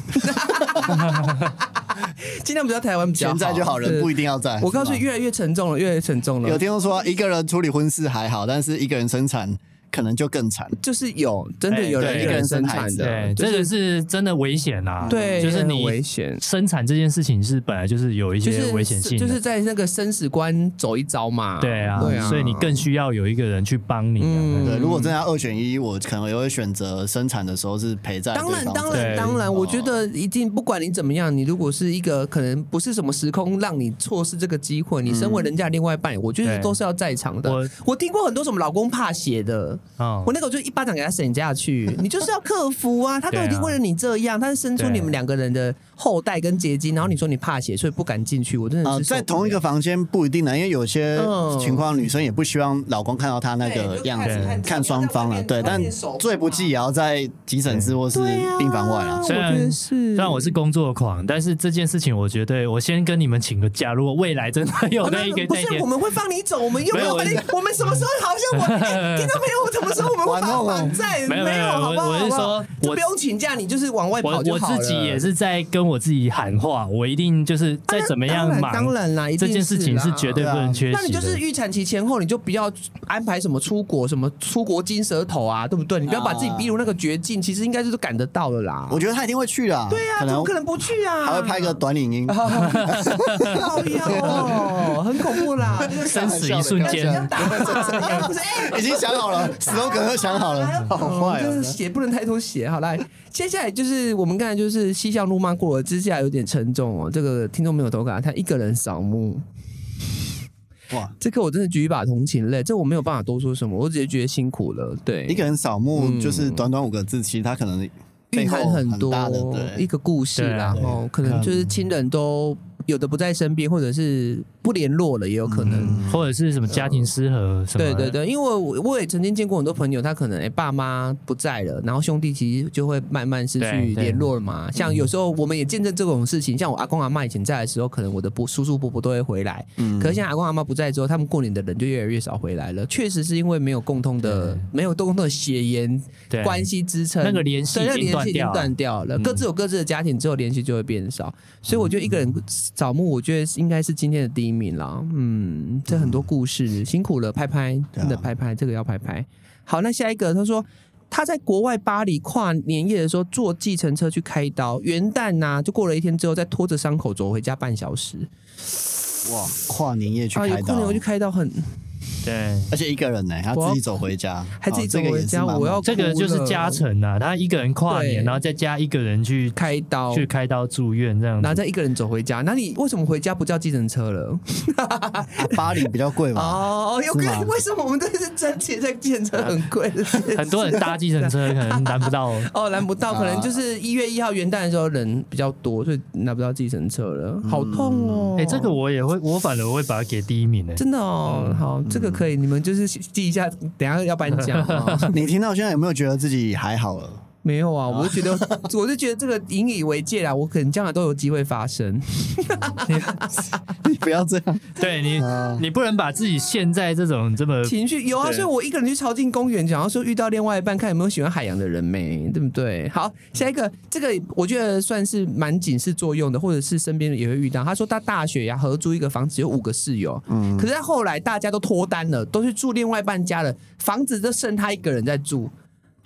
Speaker 1: 尽量不要台湾比较好，
Speaker 3: 全在就好，人
Speaker 1: 对
Speaker 3: 不一。定要在。
Speaker 1: 我告诉你，
Speaker 3: 是吗
Speaker 1: 越来越沉重了，越来越沉重
Speaker 3: 有
Speaker 1: 了。
Speaker 3: 听众说一个人处理婚事还好，但是一个人生产可能就更惨。
Speaker 1: 就是有，真的有
Speaker 2: 哎
Speaker 1: 人
Speaker 2: 对
Speaker 1: 一个人生产的
Speaker 2: 对，，
Speaker 1: 啊就
Speaker 2: 这个是真的危险啊！
Speaker 1: 对，
Speaker 2: 就是
Speaker 1: 很
Speaker 2: 你
Speaker 1: 危险。
Speaker 2: 生产这件事情是本来就是有一
Speaker 1: 就
Speaker 2: 些
Speaker 1: 是
Speaker 2: 危险性的，
Speaker 1: 就是在那个生死关走一遭嘛。
Speaker 2: 对啊，
Speaker 1: 对啊，
Speaker 2: 所以你更需要有一个人去帮你、啊。
Speaker 1: 嗯
Speaker 3: 对，如果真的要二选一，我可能也会选择生产的时候是陪在对
Speaker 1: 当
Speaker 3: 方
Speaker 1: 然，
Speaker 3: 身边。
Speaker 1: 当然，
Speaker 2: 对
Speaker 1: 当然，我觉
Speaker 3: 哦
Speaker 1: 得一定，不管你怎么样，你如果是一个可能不是什么时空让你错失这个机会，你身为人家的另外一半，我觉得
Speaker 2: 嗯对
Speaker 1: 都是要在场的
Speaker 2: 我。
Speaker 1: 我听过很多什么老公怕血的，
Speaker 2: 嗯
Speaker 1: 我那个我就一巴掌给他省下去。你就是要克服啊，他都已经为了你这样，他是生
Speaker 2: 啊
Speaker 1: 出你们两个人的后代跟结晶，然后你说你怕血，所以不敢进去，我真的
Speaker 3: 啊、
Speaker 1: 是受不了、
Speaker 3: 在同一个房间不一定啊呢，因为有些
Speaker 1: 嗯
Speaker 3: 情况女生也不希望老公看到她那个样
Speaker 2: 对就
Speaker 3: 子
Speaker 2: 看，
Speaker 3: 看双方了。对，但最不济也要在急诊室或是
Speaker 1: 啊对啊，
Speaker 3: 病房外啊。
Speaker 1: 我
Speaker 2: 虽然
Speaker 1: 觉得是，
Speaker 2: 虽然我是工作狂，但是这件事情，我觉得我先跟你们请个假。如果未来真的有
Speaker 1: 哦
Speaker 2: 那一个
Speaker 1: 不
Speaker 2: 那一
Speaker 1: 是
Speaker 2: 天
Speaker 1: 我，们会放你走，我们又没有把
Speaker 2: 没
Speaker 1: 你
Speaker 2: 有，
Speaker 1: 我们什么时候好像我、哎听到没有？我什么时候我们会
Speaker 3: 玩
Speaker 1: 把
Speaker 3: 弄
Speaker 1: 绑在？
Speaker 2: 没有没有
Speaker 1: 好不好？
Speaker 2: 我我是
Speaker 1: 好不好
Speaker 2: 说
Speaker 1: 就
Speaker 2: 我
Speaker 1: 不用请假，你就是往外
Speaker 2: 我
Speaker 1: 跑就
Speaker 2: 我
Speaker 1: 好了。
Speaker 2: 自己也是在跟我自己喊话，我一定就是再怎么
Speaker 1: 当
Speaker 2: 样
Speaker 1: 然
Speaker 2: 忙，
Speaker 1: 当然啦，一定
Speaker 2: 这件事情
Speaker 1: 啦
Speaker 2: 是绝对不能缺
Speaker 1: 那你
Speaker 2: 席
Speaker 1: 就
Speaker 2: 的。
Speaker 1: 是预产期前后，你就不要安排什么出国、什么出国金舌头啊，对不对？你不要把自己逼入那个绝境，其实应该就是赶得到的啦。
Speaker 3: 我觉得她一定会去的，
Speaker 1: 对啊，
Speaker 3: 哦可
Speaker 1: 怎么
Speaker 3: 能
Speaker 1: 可能不去啊？
Speaker 3: 还会 拍个短影音。
Speaker 1: 好呀哦，很恐怖啦，那个
Speaker 2: 生死一瞬
Speaker 1: 要要
Speaker 2: 间，
Speaker 1: 打嘛，不是哎。
Speaker 3: 已经想好了，死都可能想好了，好坏
Speaker 1: 嗯就是。
Speaker 3: 哦
Speaker 1: 血不能太多血。好，来， 接下来就是我们刚才就是嬉笑怒骂过了，接下来有点沉重哦。这个听众没有投稿，他一个人扫墓，
Speaker 3: 哇，
Speaker 1: 这个我真的举一把同情泪，这我没有办法多说什么，我直接觉得辛苦了。对，
Speaker 3: 一个人扫墓就是短短五个字，其实他可能
Speaker 1: 蕴
Speaker 3: 背后
Speaker 1: 含很多
Speaker 3: 大的
Speaker 1: 一
Speaker 3: 对。嗯
Speaker 1: 个故事啦，
Speaker 2: 对
Speaker 1: 哦，可能就是亲人都有的不在身边，或者是不联络了，也有可能。
Speaker 3: 嗯
Speaker 2: 或者是什么家庭失和什么
Speaker 1: 对
Speaker 2: 的，
Speaker 1: 对对，因为我我也曾经见过很多朋友，他可能哎、爸妈不在了，然后兄弟其实就会慢慢失去
Speaker 2: 对对嗯
Speaker 1: 联络了嘛。像有时候我们也见证这种事情，像我阿公阿妈以前在的时候，可能我的伯叔叔伯伯都会回来，
Speaker 2: 嗯
Speaker 1: 可是现在阿公阿妈不在之后，他们过年的人就越来越少回来了。确实是因为没有共同的没有共同的血缘
Speaker 2: 对
Speaker 1: 关系支撑，
Speaker 2: 那个联系
Speaker 1: 对那
Speaker 2: 已
Speaker 1: 个
Speaker 2: 经
Speaker 1: 联系已经
Speaker 2: 断掉了
Speaker 1: 断掉了，各自有各自的家庭之后，联系就会变少。所以我觉得一个人扫墓，我觉得应该是今天的第一名啦。嗯，这很多故事，辛苦了，拍拍，
Speaker 3: 对啊
Speaker 1: 真的拍拍，这个要拍拍。好，那下一个，他说他在国外巴黎跨年夜的时候坐计程车去开刀，元旦呐、就过了一天之后，再拖着伤口走回家半小时。
Speaker 3: 哇，跨年夜去
Speaker 1: 啊，有
Speaker 3: 开
Speaker 1: 空
Speaker 3: 刀
Speaker 1: 我，去开刀很，
Speaker 2: 对
Speaker 3: 而且一个人呢，他自己走回家，
Speaker 1: 还自己
Speaker 3: 哦
Speaker 1: 走
Speaker 3: 这个
Speaker 1: 回
Speaker 3: 也是
Speaker 1: 家，
Speaker 3: 蛮
Speaker 1: 我要
Speaker 2: 这个
Speaker 1: 哭
Speaker 2: 就是
Speaker 1: 了
Speaker 2: 加成啊，他一个人跨
Speaker 1: 对哦
Speaker 2: 年，然后再加一个人去
Speaker 1: 开刀，
Speaker 2: 去开刀住院这样
Speaker 1: 然后
Speaker 2: 子。
Speaker 1: 再一个人走回家。那你为什么回家不叫计程车了？
Speaker 3: 啊巴黎比较贵 嘛，
Speaker 1: 哦，有
Speaker 3: 是
Speaker 1: 跟
Speaker 3: 吗
Speaker 1: 为什么我们都是真结在计程 车很贵的事情？
Speaker 2: 很多人啊搭计程 车可能拦不到，
Speaker 1: 哦，拦不到，可能就是一月一号元旦的时候人比较多，所以拿不到计程车了，好痛哦！
Speaker 2: 嗯哎、这个我嗯也会，我反而会把它给第一名诶、欸
Speaker 1: 真的哦，好，这个可以，你们就是记一下，等一下要颁奖 哦。
Speaker 3: 你听到现在有没有觉得自己还好了？
Speaker 1: 没有啊，我就觉得， 我就觉得这个引以为戒啦，啊我可能将来都有机会发生。
Speaker 3: 你不要这样，
Speaker 2: 对你，
Speaker 1: 啊
Speaker 2: 你不能把自己陷在这种这
Speaker 3: 呃
Speaker 2: 么
Speaker 1: 情绪有啊，
Speaker 2: 对
Speaker 1: 所以我一个人去朝进公园，想要说遇到另外一半，看有没有喜欢海洋的人没，对不对？好，下一个，这个我觉得算是蛮警示作用的，或者是身边也会遇到。他说他大学呀、合租一个房子，有五个室友，
Speaker 3: 嗯
Speaker 1: 可是他后来大家都脱单了，都去住另外一半家了，房子就剩他一个人在住。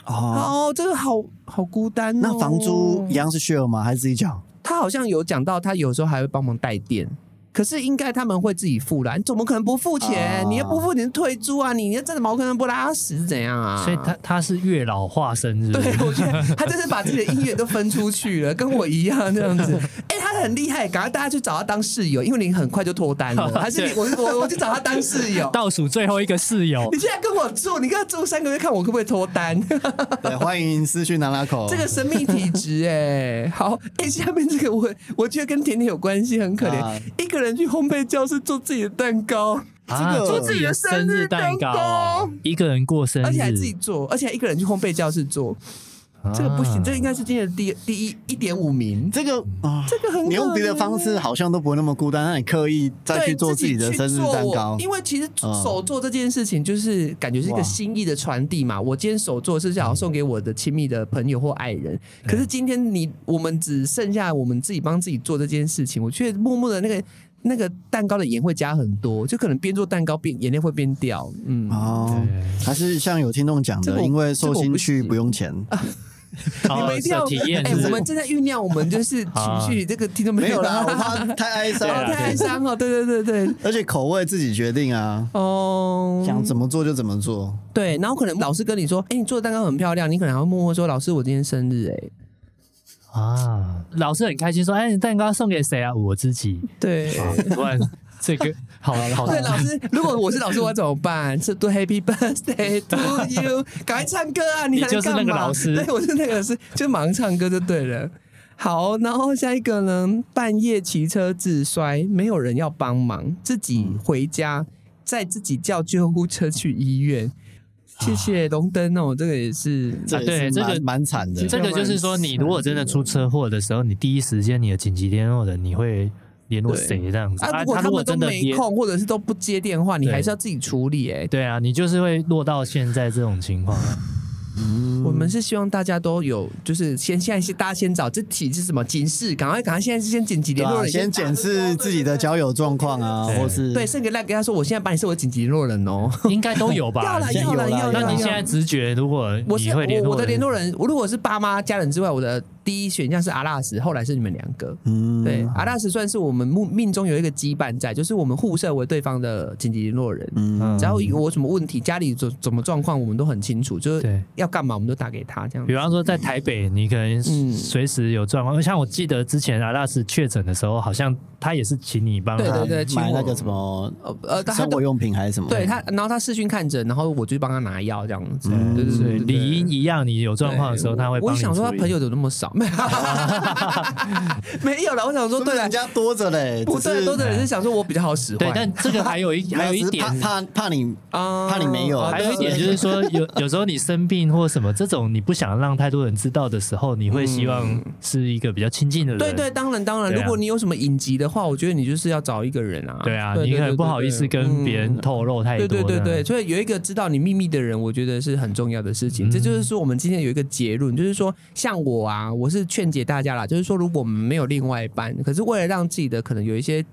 Speaker 3: 哦，
Speaker 1: 哦，这个好好孤单、哦。
Speaker 3: 那房租一样是 share 吗？还是自 己缴？
Speaker 1: 他好像有讲到，他有时候还会帮忙带电。可是应该他们会自己付啦，你怎么可能不付钱？
Speaker 2: 哦
Speaker 3: 啊
Speaker 1: 你要不付，你是退租啊！你要真的茅坑不拉屎是怎样啊？
Speaker 2: 所以他他是月老化身，是不
Speaker 1: 对
Speaker 2: 是？，
Speaker 1: 我觉得他真是把自己的姻缘都分出去了，跟我一样这样 子。哎、他很厉害，赶快大家去找他当室友，因为你很快就脱单 了，还是你我我我去找他当室友。
Speaker 2: 倒数最后一个室友
Speaker 1: 你，现在跟我住，你跟他住三个月，看我可不可以脱单？
Speaker 3: 对，欢迎私讯拿拿口。
Speaker 1: 这个生命体质哎、好哎、下面这个我我觉得跟甜甜有关系，很可怜，
Speaker 3: 啊
Speaker 1: 一个人去烘焙教室做自己的蛋糕，
Speaker 2: 啊
Speaker 3: 这个
Speaker 2: 做
Speaker 1: 自己
Speaker 2: 己
Speaker 1: 的
Speaker 2: 的
Speaker 1: 生
Speaker 2: 生
Speaker 1: 日
Speaker 2: 日
Speaker 1: 蛋
Speaker 2: 蛋
Speaker 1: 糕
Speaker 2: 糕，一个人过生日，
Speaker 1: 而且还自己做，而且还一个人去烘焙教室做，这个不行，
Speaker 2: 啊
Speaker 1: 这个应该是今天的第第一一点五名。
Speaker 3: 这个啊，
Speaker 1: 这个很
Speaker 3: 你用别的
Speaker 1: 可怜
Speaker 3: 方式好像都不会那么孤单，那你刻意再
Speaker 1: 对
Speaker 3: 去做自己的
Speaker 1: 去
Speaker 3: 生日
Speaker 1: 做
Speaker 3: 蛋
Speaker 1: 我
Speaker 3: 糕，
Speaker 1: 因为其实
Speaker 3: 嗯
Speaker 1: 手做这件事情就是感觉是一个
Speaker 3: 哇
Speaker 1: 心意的传递嘛。我今天手做是想要送给我的亲密的朋友或爱人，可是今天你我们只剩下我们自己帮自己做这件事情，我却默默的那个那个蛋糕的盐会加很多，就可能边做蛋糕边眼泪会边掉，嗯。
Speaker 3: 哦，还是像有听众讲
Speaker 1: 这个
Speaker 3: 的，
Speaker 1: 我
Speaker 3: 因为寿
Speaker 1: 这个我
Speaker 3: 星
Speaker 1: 不
Speaker 3: 去
Speaker 1: 行
Speaker 3: 不用钱，
Speaker 1: 你
Speaker 2: 哦
Speaker 1: 们一定
Speaker 2: 是
Speaker 1: 要
Speaker 2: 体验
Speaker 1: 哎、
Speaker 2: 是不是
Speaker 1: 我们正在酝酿我们 就是情绪，这个听众
Speaker 3: 没有啦，
Speaker 1: 啦，
Speaker 3: 我怕啊太哀伤
Speaker 2: 对
Speaker 1: 哦
Speaker 2: 啦
Speaker 1: 太
Speaker 3: 了，
Speaker 1: 哀伤哦，对对对对，
Speaker 3: 而且口味自己决定啊，
Speaker 1: 哦，
Speaker 3: 想怎么做就怎么做。
Speaker 1: 对，然后可能老师跟你说，哎、你做的蛋糕很漂亮，你可能还会默默说，老师，我今天生日、哎，
Speaker 2: 啊。老师很开心说：“哎，你蛋糕送给谁啊？我自己。
Speaker 1: 对，”
Speaker 2: 突然这个好了，好
Speaker 1: 对，
Speaker 2: 了，
Speaker 1: 老师，如果我是老师，我怎么办？是对 Happy Birthday to you，赶快唱歌啊！你还能
Speaker 2: 你就是那个
Speaker 1: 干嘛
Speaker 2: 老师
Speaker 1: 对，我是那个老师，就忙唱歌就对了。好，然后下一个呢？半夜骑车自摔，没有人要帮忙，自己回家，再自己叫救护车去医院。谢谢龙灯哦，这个也是
Speaker 3: 这
Speaker 2: 啊
Speaker 3: 也
Speaker 2: 对
Speaker 3: 是
Speaker 2: 这个
Speaker 3: 蛮蛮惨的
Speaker 1: 这。
Speaker 2: 这个就是说，你如果真的出车祸的时候，你第一时间你的紧急联络人，你会联络谁这样子？
Speaker 1: 啊，
Speaker 2: 啊，
Speaker 1: 如果
Speaker 2: 他
Speaker 1: 他
Speaker 2: 如果
Speaker 1: 们都
Speaker 2: 真的
Speaker 1: 没
Speaker 2: 联，
Speaker 1: 空，或者是都不接电话，你
Speaker 2: 对
Speaker 1: 还是要自己处理、哎，
Speaker 2: 对啊，你就是会落到现在这种 情况啊。
Speaker 3: 嗯
Speaker 1: 我们是希望大家都有，就是先现在是大家先找这题是什么警示，赶快赶快现在是先紧急
Speaker 3: 对
Speaker 1: 联络
Speaker 3: 啊，
Speaker 1: 人，
Speaker 3: 先
Speaker 1: 打
Speaker 3: 检视自己的交友状况啊，
Speaker 2: 对
Speaker 3: 或是
Speaker 1: 对，剩个赖给他说，我现在把你设为紧急联络人哦。
Speaker 2: 应该都啊有 吧？
Speaker 1: 要啦
Speaker 3: 先
Speaker 1: 要啦
Speaker 3: 有啦
Speaker 1: 要啦，
Speaker 2: 那
Speaker 1: 要
Speaker 2: 你
Speaker 1: 啦
Speaker 2: 现在直觉，如果
Speaker 1: 我
Speaker 2: 你
Speaker 1: 是
Speaker 2: 会联
Speaker 1: 我
Speaker 2: 络
Speaker 1: 我的联
Speaker 2: 人
Speaker 1: 络人，我如果是爸妈家人之外，我的第一选项是阿拉斯，后来是你们两个。
Speaker 3: 嗯
Speaker 1: 对，阿拉斯算是我们命命中有一个羁绊在，就是我们互设为对方的紧急联络人。
Speaker 3: 嗯
Speaker 2: 嗯
Speaker 1: 只要我什么问题，家里怎怎么状况，我们都很清楚，就是
Speaker 2: 对。
Speaker 1: 要干嘛我们都打给他这样
Speaker 2: 比。方说，在台北，你可能
Speaker 1: 嗯
Speaker 2: 随时有状况。像我记得之前阿拉斯确诊的时候，好像他也是请你帮
Speaker 1: 对
Speaker 2: 他
Speaker 1: 对对请
Speaker 3: 啊买那
Speaker 1: 我
Speaker 3: 个什么
Speaker 1: 呃呃，他
Speaker 3: 生
Speaker 1: 都
Speaker 3: 活用品还是什么？
Speaker 1: 对他，然后他视讯看诊，然后我就帮他拿药这样子。
Speaker 3: 嗯
Speaker 1: 对对对
Speaker 2: 对
Speaker 1: 对，对
Speaker 2: 理应一样，你有状况的时候他会
Speaker 1: 我
Speaker 2: 帮
Speaker 1: 我
Speaker 2: 你处
Speaker 1: 想
Speaker 2: 理。
Speaker 1: 说他朋友怎么那么少？ 没有没有了，我想
Speaker 3: 说
Speaker 1: 说
Speaker 3: 不定
Speaker 1: 对了
Speaker 3: 人，家多着嘞，
Speaker 1: 不
Speaker 3: 只
Speaker 1: 对，
Speaker 3: 是
Speaker 1: 多的人是想说我比较好使
Speaker 2: 哎对
Speaker 1: 唤，，
Speaker 2: 但这个还有 一
Speaker 3: 没
Speaker 2: 还有
Speaker 3: 只
Speaker 2: 一
Speaker 3: 是
Speaker 2: 点
Speaker 3: 怕怕怕你
Speaker 1: 啊
Speaker 3: 怕你没有
Speaker 1: 啊
Speaker 2: 还
Speaker 1: 对
Speaker 2: 有一点
Speaker 1: 对
Speaker 2: 就 是说，有有时候你生病或什么这种，你不想让太多人知道的时候，你会希望是一个比较亲近的人。
Speaker 1: 嗯对对，当然当然，
Speaker 2: 对啊
Speaker 1: 如果你有什么隐疾的话，我觉得你就是要找一个人啊。
Speaker 2: 对啊，
Speaker 1: 对
Speaker 2: 你可能
Speaker 1: 对
Speaker 2: 不好意思
Speaker 1: 对
Speaker 2: 跟别人
Speaker 1: 嗯
Speaker 2: 透露太
Speaker 1: 对对
Speaker 2: 多。
Speaker 1: 对
Speaker 2: 这
Speaker 1: 对，
Speaker 2: 样，
Speaker 1: 所以有一个知道你秘密的人，我觉得是很重要的事情。这
Speaker 2: 嗯
Speaker 1: 就是说，我们今天有一个结论，就是说，像我啊，我是劝解大家啦，就是说，如果我们没有另外一半，可是为了让自己的可能有一些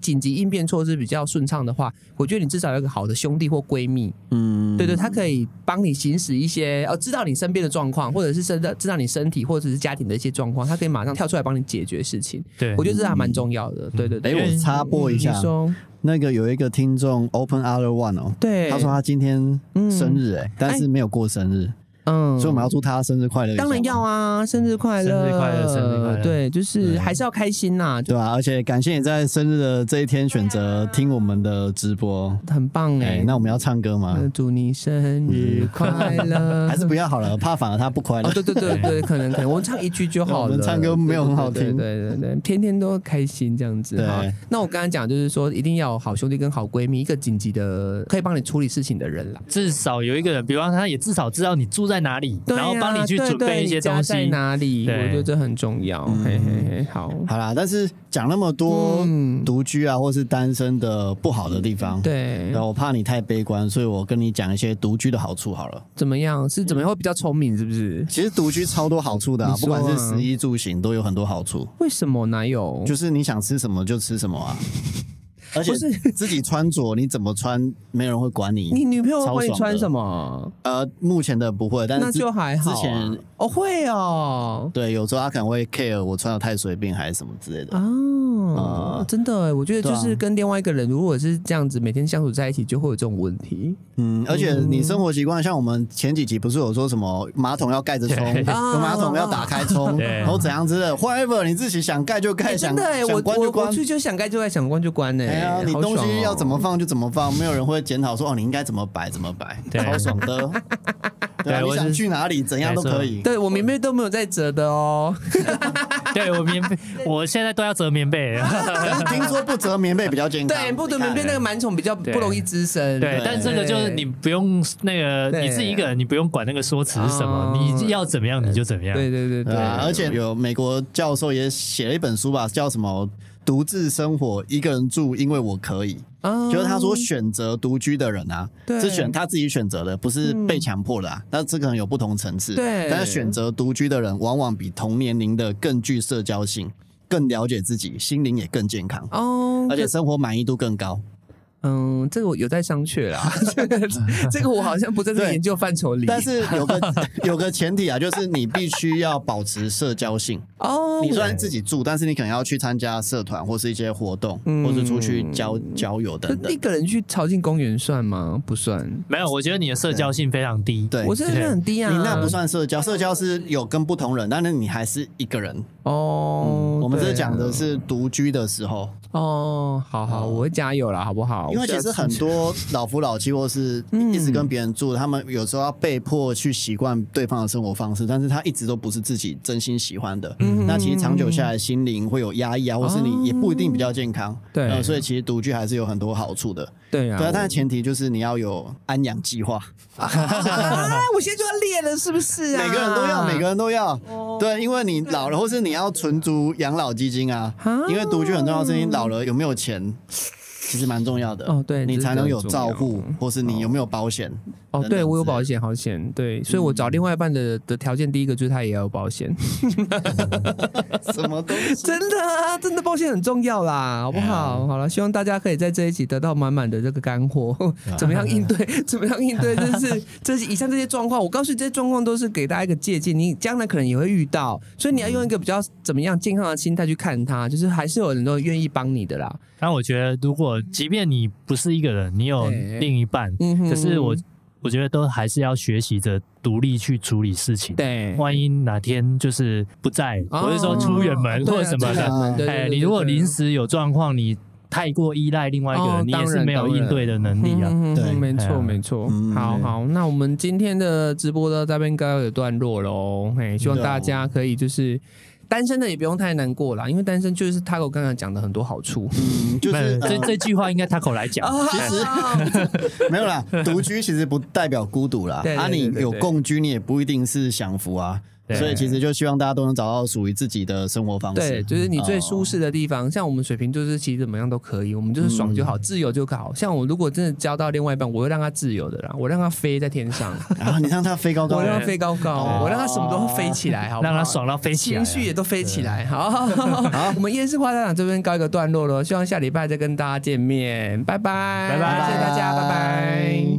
Speaker 1: 紧急应变措施比较顺畅的话，我觉得你至少有一个好的兄弟或闺蜜，
Speaker 3: 嗯
Speaker 1: 对对，他可以帮你行使一些呃，知道你身边的状况，或者是知道知道你身体或者是家庭的一些状况，他可以马上跳出来帮你解决事情。
Speaker 2: 对，
Speaker 1: 我觉得这还蛮重要的。对对对，嗯
Speaker 3: 哎，我插播一下
Speaker 1: 你，说
Speaker 3: 那个有一个听众 Open Other One 哦，
Speaker 1: 对，
Speaker 3: 他说他今天
Speaker 1: 嗯
Speaker 3: 生日哎，但是没有过生日，
Speaker 1: 嗯
Speaker 3: 所以我们要祝他生日快乐一下。
Speaker 1: 当然要啊，生日快乐，
Speaker 2: 生日快乐生日快乐
Speaker 1: 对，就是还是要开心呐、就
Speaker 3: 对啊吧、而且感谢你在生日的这一天选
Speaker 1: 啊
Speaker 3: 择听我们的直播。
Speaker 1: 很棒哎、
Speaker 3: 哎、那我们要唱歌吗？
Speaker 1: 呃祝你生日快 乐，
Speaker 3: 还是不要好了，怕反而他不快乐。
Speaker 1: 哦，对对 对对，可能可能我们唱一句就好了。
Speaker 3: 我们唱歌没有很好
Speaker 1: 对
Speaker 3: 听
Speaker 1: 对对对对，天天都开心这样子。
Speaker 3: 对
Speaker 1: 哈。那我刚刚讲就是说，一定要有好兄弟跟好闺蜜，一个紧急的可以帮你处理事情的人啦。
Speaker 2: 至少有一个人，比方他也至少知道你住在哪里，
Speaker 1: 对啊
Speaker 2: 然后帮你去
Speaker 1: 对
Speaker 2: 准
Speaker 1: 对
Speaker 2: 备一些
Speaker 1: 你家
Speaker 2: 东
Speaker 1: 在
Speaker 2: 西。
Speaker 1: 哪里？
Speaker 2: 对
Speaker 1: 我觉得这很重要。嘿嘿嘿，好，
Speaker 3: 好啦，但是讲那么多
Speaker 1: 嗯
Speaker 3: 独居啊，或是单身的不好的地方，
Speaker 1: 对
Speaker 3: 对，，我怕你太悲观，所以我跟你讲一些独居的好处好了。
Speaker 1: 怎么样？是怎么样会比较聪明？是不是？
Speaker 3: 其实独居超多好处的、啊，
Speaker 1: 你
Speaker 3: 不
Speaker 1: 说啊哦
Speaker 3: 管是食衣住行都有很多好处，
Speaker 1: 为什么哪有？
Speaker 3: 就是你想吃什么就吃什么 啊。而且
Speaker 1: 不是
Speaker 3: 自己穿着，你怎么穿，没人会管你。
Speaker 1: 你女朋友
Speaker 3: 超
Speaker 1: 会
Speaker 3: 爽
Speaker 1: 穿
Speaker 3: 的
Speaker 1: 什么？
Speaker 3: 呃，目前的不会，但是
Speaker 1: 那
Speaker 3: 之
Speaker 1: 就还好啊。
Speaker 3: 之前
Speaker 1: 哦，会哦。
Speaker 3: 对，有时候他可能会 care 我穿的太随便还是什么之类的。
Speaker 1: 啊哦，
Speaker 3: 呃
Speaker 1: 真的耶，我觉得就
Speaker 3: 啊对
Speaker 1: 是
Speaker 3: 啊
Speaker 1: 跟另外一个人，如果是这样子每天相处在一起，就会有这种问题
Speaker 3: 嗯，而且你生活习惯，像我们前几集不是有说什么马桶要盖着冲，
Speaker 2: 对
Speaker 1: 啊
Speaker 3: 马桶要打开冲，
Speaker 2: 对
Speaker 3: 然后怎样之类的，whatever，你自己想盖就盖，
Speaker 1: 哎真
Speaker 3: 想
Speaker 1: 的耶，
Speaker 3: 想
Speaker 1: 我
Speaker 3: 关就
Speaker 1: 我我
Speaker 3: 关。
Speaker 1: 去就想盖就盖，想关就关呢。
Speaker 3: 哎呀，你
Speaker 1: 好
Speaker 3: 东
Speaker 1: 爽
Speaker 3: 西
Speaker 1: 哦
Speaker 3: 要怎么？放就怎么放，没有人会检讨说哦，你应该怎么摆怎么摆，
Speaker 2: 对
Speaker 3: 超爽 的。对啊，
Speaker 2: 对我
Speaker 3: 你
Speaker 2: 是
Speaker 3: 想去哪里怎样都可以。
Speaker 1: 对我明明都没有在折的哦，
Speaker 2: 对我棉 被，我现在都要折棉被。
Speaker 3: 但是听说不折棉被比较健康。
Speaker 1: 对，不得
Speaker 3: 你
Speaker 1: 明
Speaker 3: 看
Speaker 1: 辨那个螨虫比较不
Speaker 2: 对
Speaker 1: 容易滋生。
Speaker 2: 对，但这个就是你不用那个，
Speaker 1: 对
Speaker 2: 你自己一个人，你不用管那个说辞是什么，
Speaker 1: 哦
Speaker 2: 你要怎么样你就怎么样。
Speaker 1: 对对对对
Speaker 3: 对啊，而且有美国教授也写了一本书吧，叫什么《独自生活一个人住》，因为我可以。
Speaker 1: 啊
Speaker 3: 就是他说选择独居的人啊，
Speaker 1: 对嗯
Speaker 3: 是选他自己选择的，不是被强迫的啊。那这可能有不同层次。
Speaker 1: 对
Speaker 3: 但是选择独居的人，往往比同年龄的更具社交性，更了解自己，心灵也更健康，
Speaker 1: 哦，
Speaker 3: 而且生活满意度更高。
Speaker 1: 嗯，这个我有待商榷 啦。这个这个我好像不在这个
Speaker 3: 对
Speaker 1: 研究范畴里。
Speaker 3: 但是有 个有个前提啊，就是你必须要保持社交性。
Speaker 1: 哦，
Speaker 3: 你虽然自己住，但是你可能要去参加社团或是一些活动，
Speaker 1: 嗯
Speaker 3: 或是出去交交友等
Speaker 1: 一
Speaker 3: 等。
Speaker 1: 个人去朝进公园算吗？不算，
Speaker 2: 没有，我觉得你的社交性非常低。
Speaker 3: 对，
Speaker 1: 我真的很低啊。
Speaker 3: 你那不算社交，社交是有跟不同人，但是你还是一个人。
Speaker 1: 哦。
Speaker 3: 嗯我们
Speaker 1: 对
Speaker 3: 这讲的是独居的时候，
Speaker 1: 哦，好好，我会加油啦，好不好？
Speaker 3: 因为其
Speaker 1: 我
Speaker 3: 实
Speaker 1: 下次嗯
Speaker 3: 很多老夫老妻或是一直跟别人住，他们有时候要被迫去习惯对方的生活方式，但是他一直都不是自己真心喜欢的。
Speaker 1: 嗯
Speaker 3: 那其实长久下来，心灵会有压抑啊，或是你也不一定比较健康。
Speaker 1: 哦对
Speaker 3: 呃所以其实独居还是有很多好处的。
Speaker 1: 对啊，
Speaker 3: 对啊，但前提就是你要有安养计划，
Speaker 1: 啊，我现在就要裂了，是不是啊？哦
Speaker 3: 每个人都要，每个人都要。对，因为你老了，或是你要存足养老基金啊
Speaker 1: 啊，
Speaker 3: 因为独居很重要，是你老了有没有钱。其实蛮重要的
Speaker 1: 哦对
Speaker 3: 你
Speaker 1: 这
Speaker 3: 才
Speaker 1: 个
Speaker 3: 能
Speaker 1: 很
Speaker 3: 有
Speaker 1: 重
Speaker 3: 照
Speaker 1: 要
Speaker 3: 护，或是你有没有保险？
Speaker 1: 哦，
Speaker 3: 等
Speaker 1: 对
Speaker 3: 等
Speaker 1: 我有
Speaker 3: 之类
Speaker 1: 保
Speaker 3: 的
Speaker 1: 险，好险，对，所以我
Speaker 3: 嗯
Speaker 1: 找另外一半的的条件，第一个就是他也要有保险，
Speaker 3: 什么东西？
Speaker 1: 哦 真的啊，真的保险很重要啦，好不好？好了，希望大家可以在这一集得到满满的这个干 货，怎么样应 对，怎么样应对，就是这是以上这些状况，我告诉你，这些状况都是给大家一个借鉴，你将来可能也会遇到，所以你要用一个比较怎么样健康的心态去看它，就是还是有很多人愿意帮你的啦。
Speaker 2: 但我觉得，如果即便你不是一个人，你有
Speaker 1: 对
Speaker 2: 另一半，
Speaker 1: 嗯哼
Speaker 2: 可是我我觉得都还是要学习着独立去处理事情。
Speaker 1: 对，
Speaker 2: 万一哪天就是不在，
Speaker 1: 哦
Speaker 2: 或者说出远门
Speaker 1: 对
Speaker 2: 或
Speaker 1: 啊
Speaker 2: 者什么
Speaker 1: 出远
Speaker 2: 的，
Speaker 1: 门对对
Speaker 2: 哎，
Speaker 1: 对
Speaker 2: 你
Speaker 1: 对
Speaker 2: 如果
Speaker 1: 对
Speaker 2: 临时有状况，你太过依赖另外一个
Speaker 1: 哦
Speaker 2: 人，你也
Speaker 1: 当
Speaker 2: 是
Speaker 1: 然
Speaker 2: 没有
Speaker 1: 当
Speaker 2: 应
Speaker 1: 然
Speaker 2: 对的能力啊。
Speaker 1: 嗯哼
Speaker 3: 对
Speaker 1: 没
Speaker 2: 哎
Speaker 1: 错
Speaker 2: 呀
Speaker 1: 没错。
Speaker 3: 嗯
Speaker 1: 好
Speaker 3: 对
Speaker 1: 好，那我们今天的直播到这边该有段落喽。嘿，希望
Speaker 3: 对啊
Speaker 1: 大家可以就是单身的也不用太难过啦，因为单身就是 Taco 刚刚讲的很多好处。
Speaker 3: 嗯，就
Speaker 2: 没有
Speaker 3: 是
Speaker 2: 这
Speaker 3: 呃
Speaker 2: 这句话应该 Taco 来讲，
Speaker 1: 其实
Speaker 3: 没有啦，独居其实不代表孤独啦
Speaker 1: 对。对
Speaker 3: 啊，
Speaker 1: 对
Speaker 3: 你
Speaker 1: 对
Speaker 3: 有
Speaker 1: 对
Speaker 3: 共居，你也不一定是享福啊。
Speaker 2: 对
Speaker 3: 所以其实就希望大家都能找到属于自己的生活方
Speaker 1: 对，
Speaker 3: 式。嗯
Speaker 1: 就是你最舒适的地方，像我们水瓶座就是其实怎么样都可以，我们就是爽就好，自由就好。像我如果真的交到另外一半，我会让他自由的啦，我让他飞在天上，
Speaker 3: 然啊后你让它飞高高
Speaker 1: 我让
Speaker 3: 的，
Speaker 1: 他飞高高，
Speaker 3: 哦
Speaker 1: 我让他什么都飞起来，好不好？
Speaker 2: 让他爽到飞起来啊。
Speaker 1: 情绪也都飞起来。好，好，我们夜市花大场这边告一个段落了，希望下礼拜再跟大家见面，拜拜，
Speaker 2: 拜拜
Speaker 1: 谢谢大家，拜拜。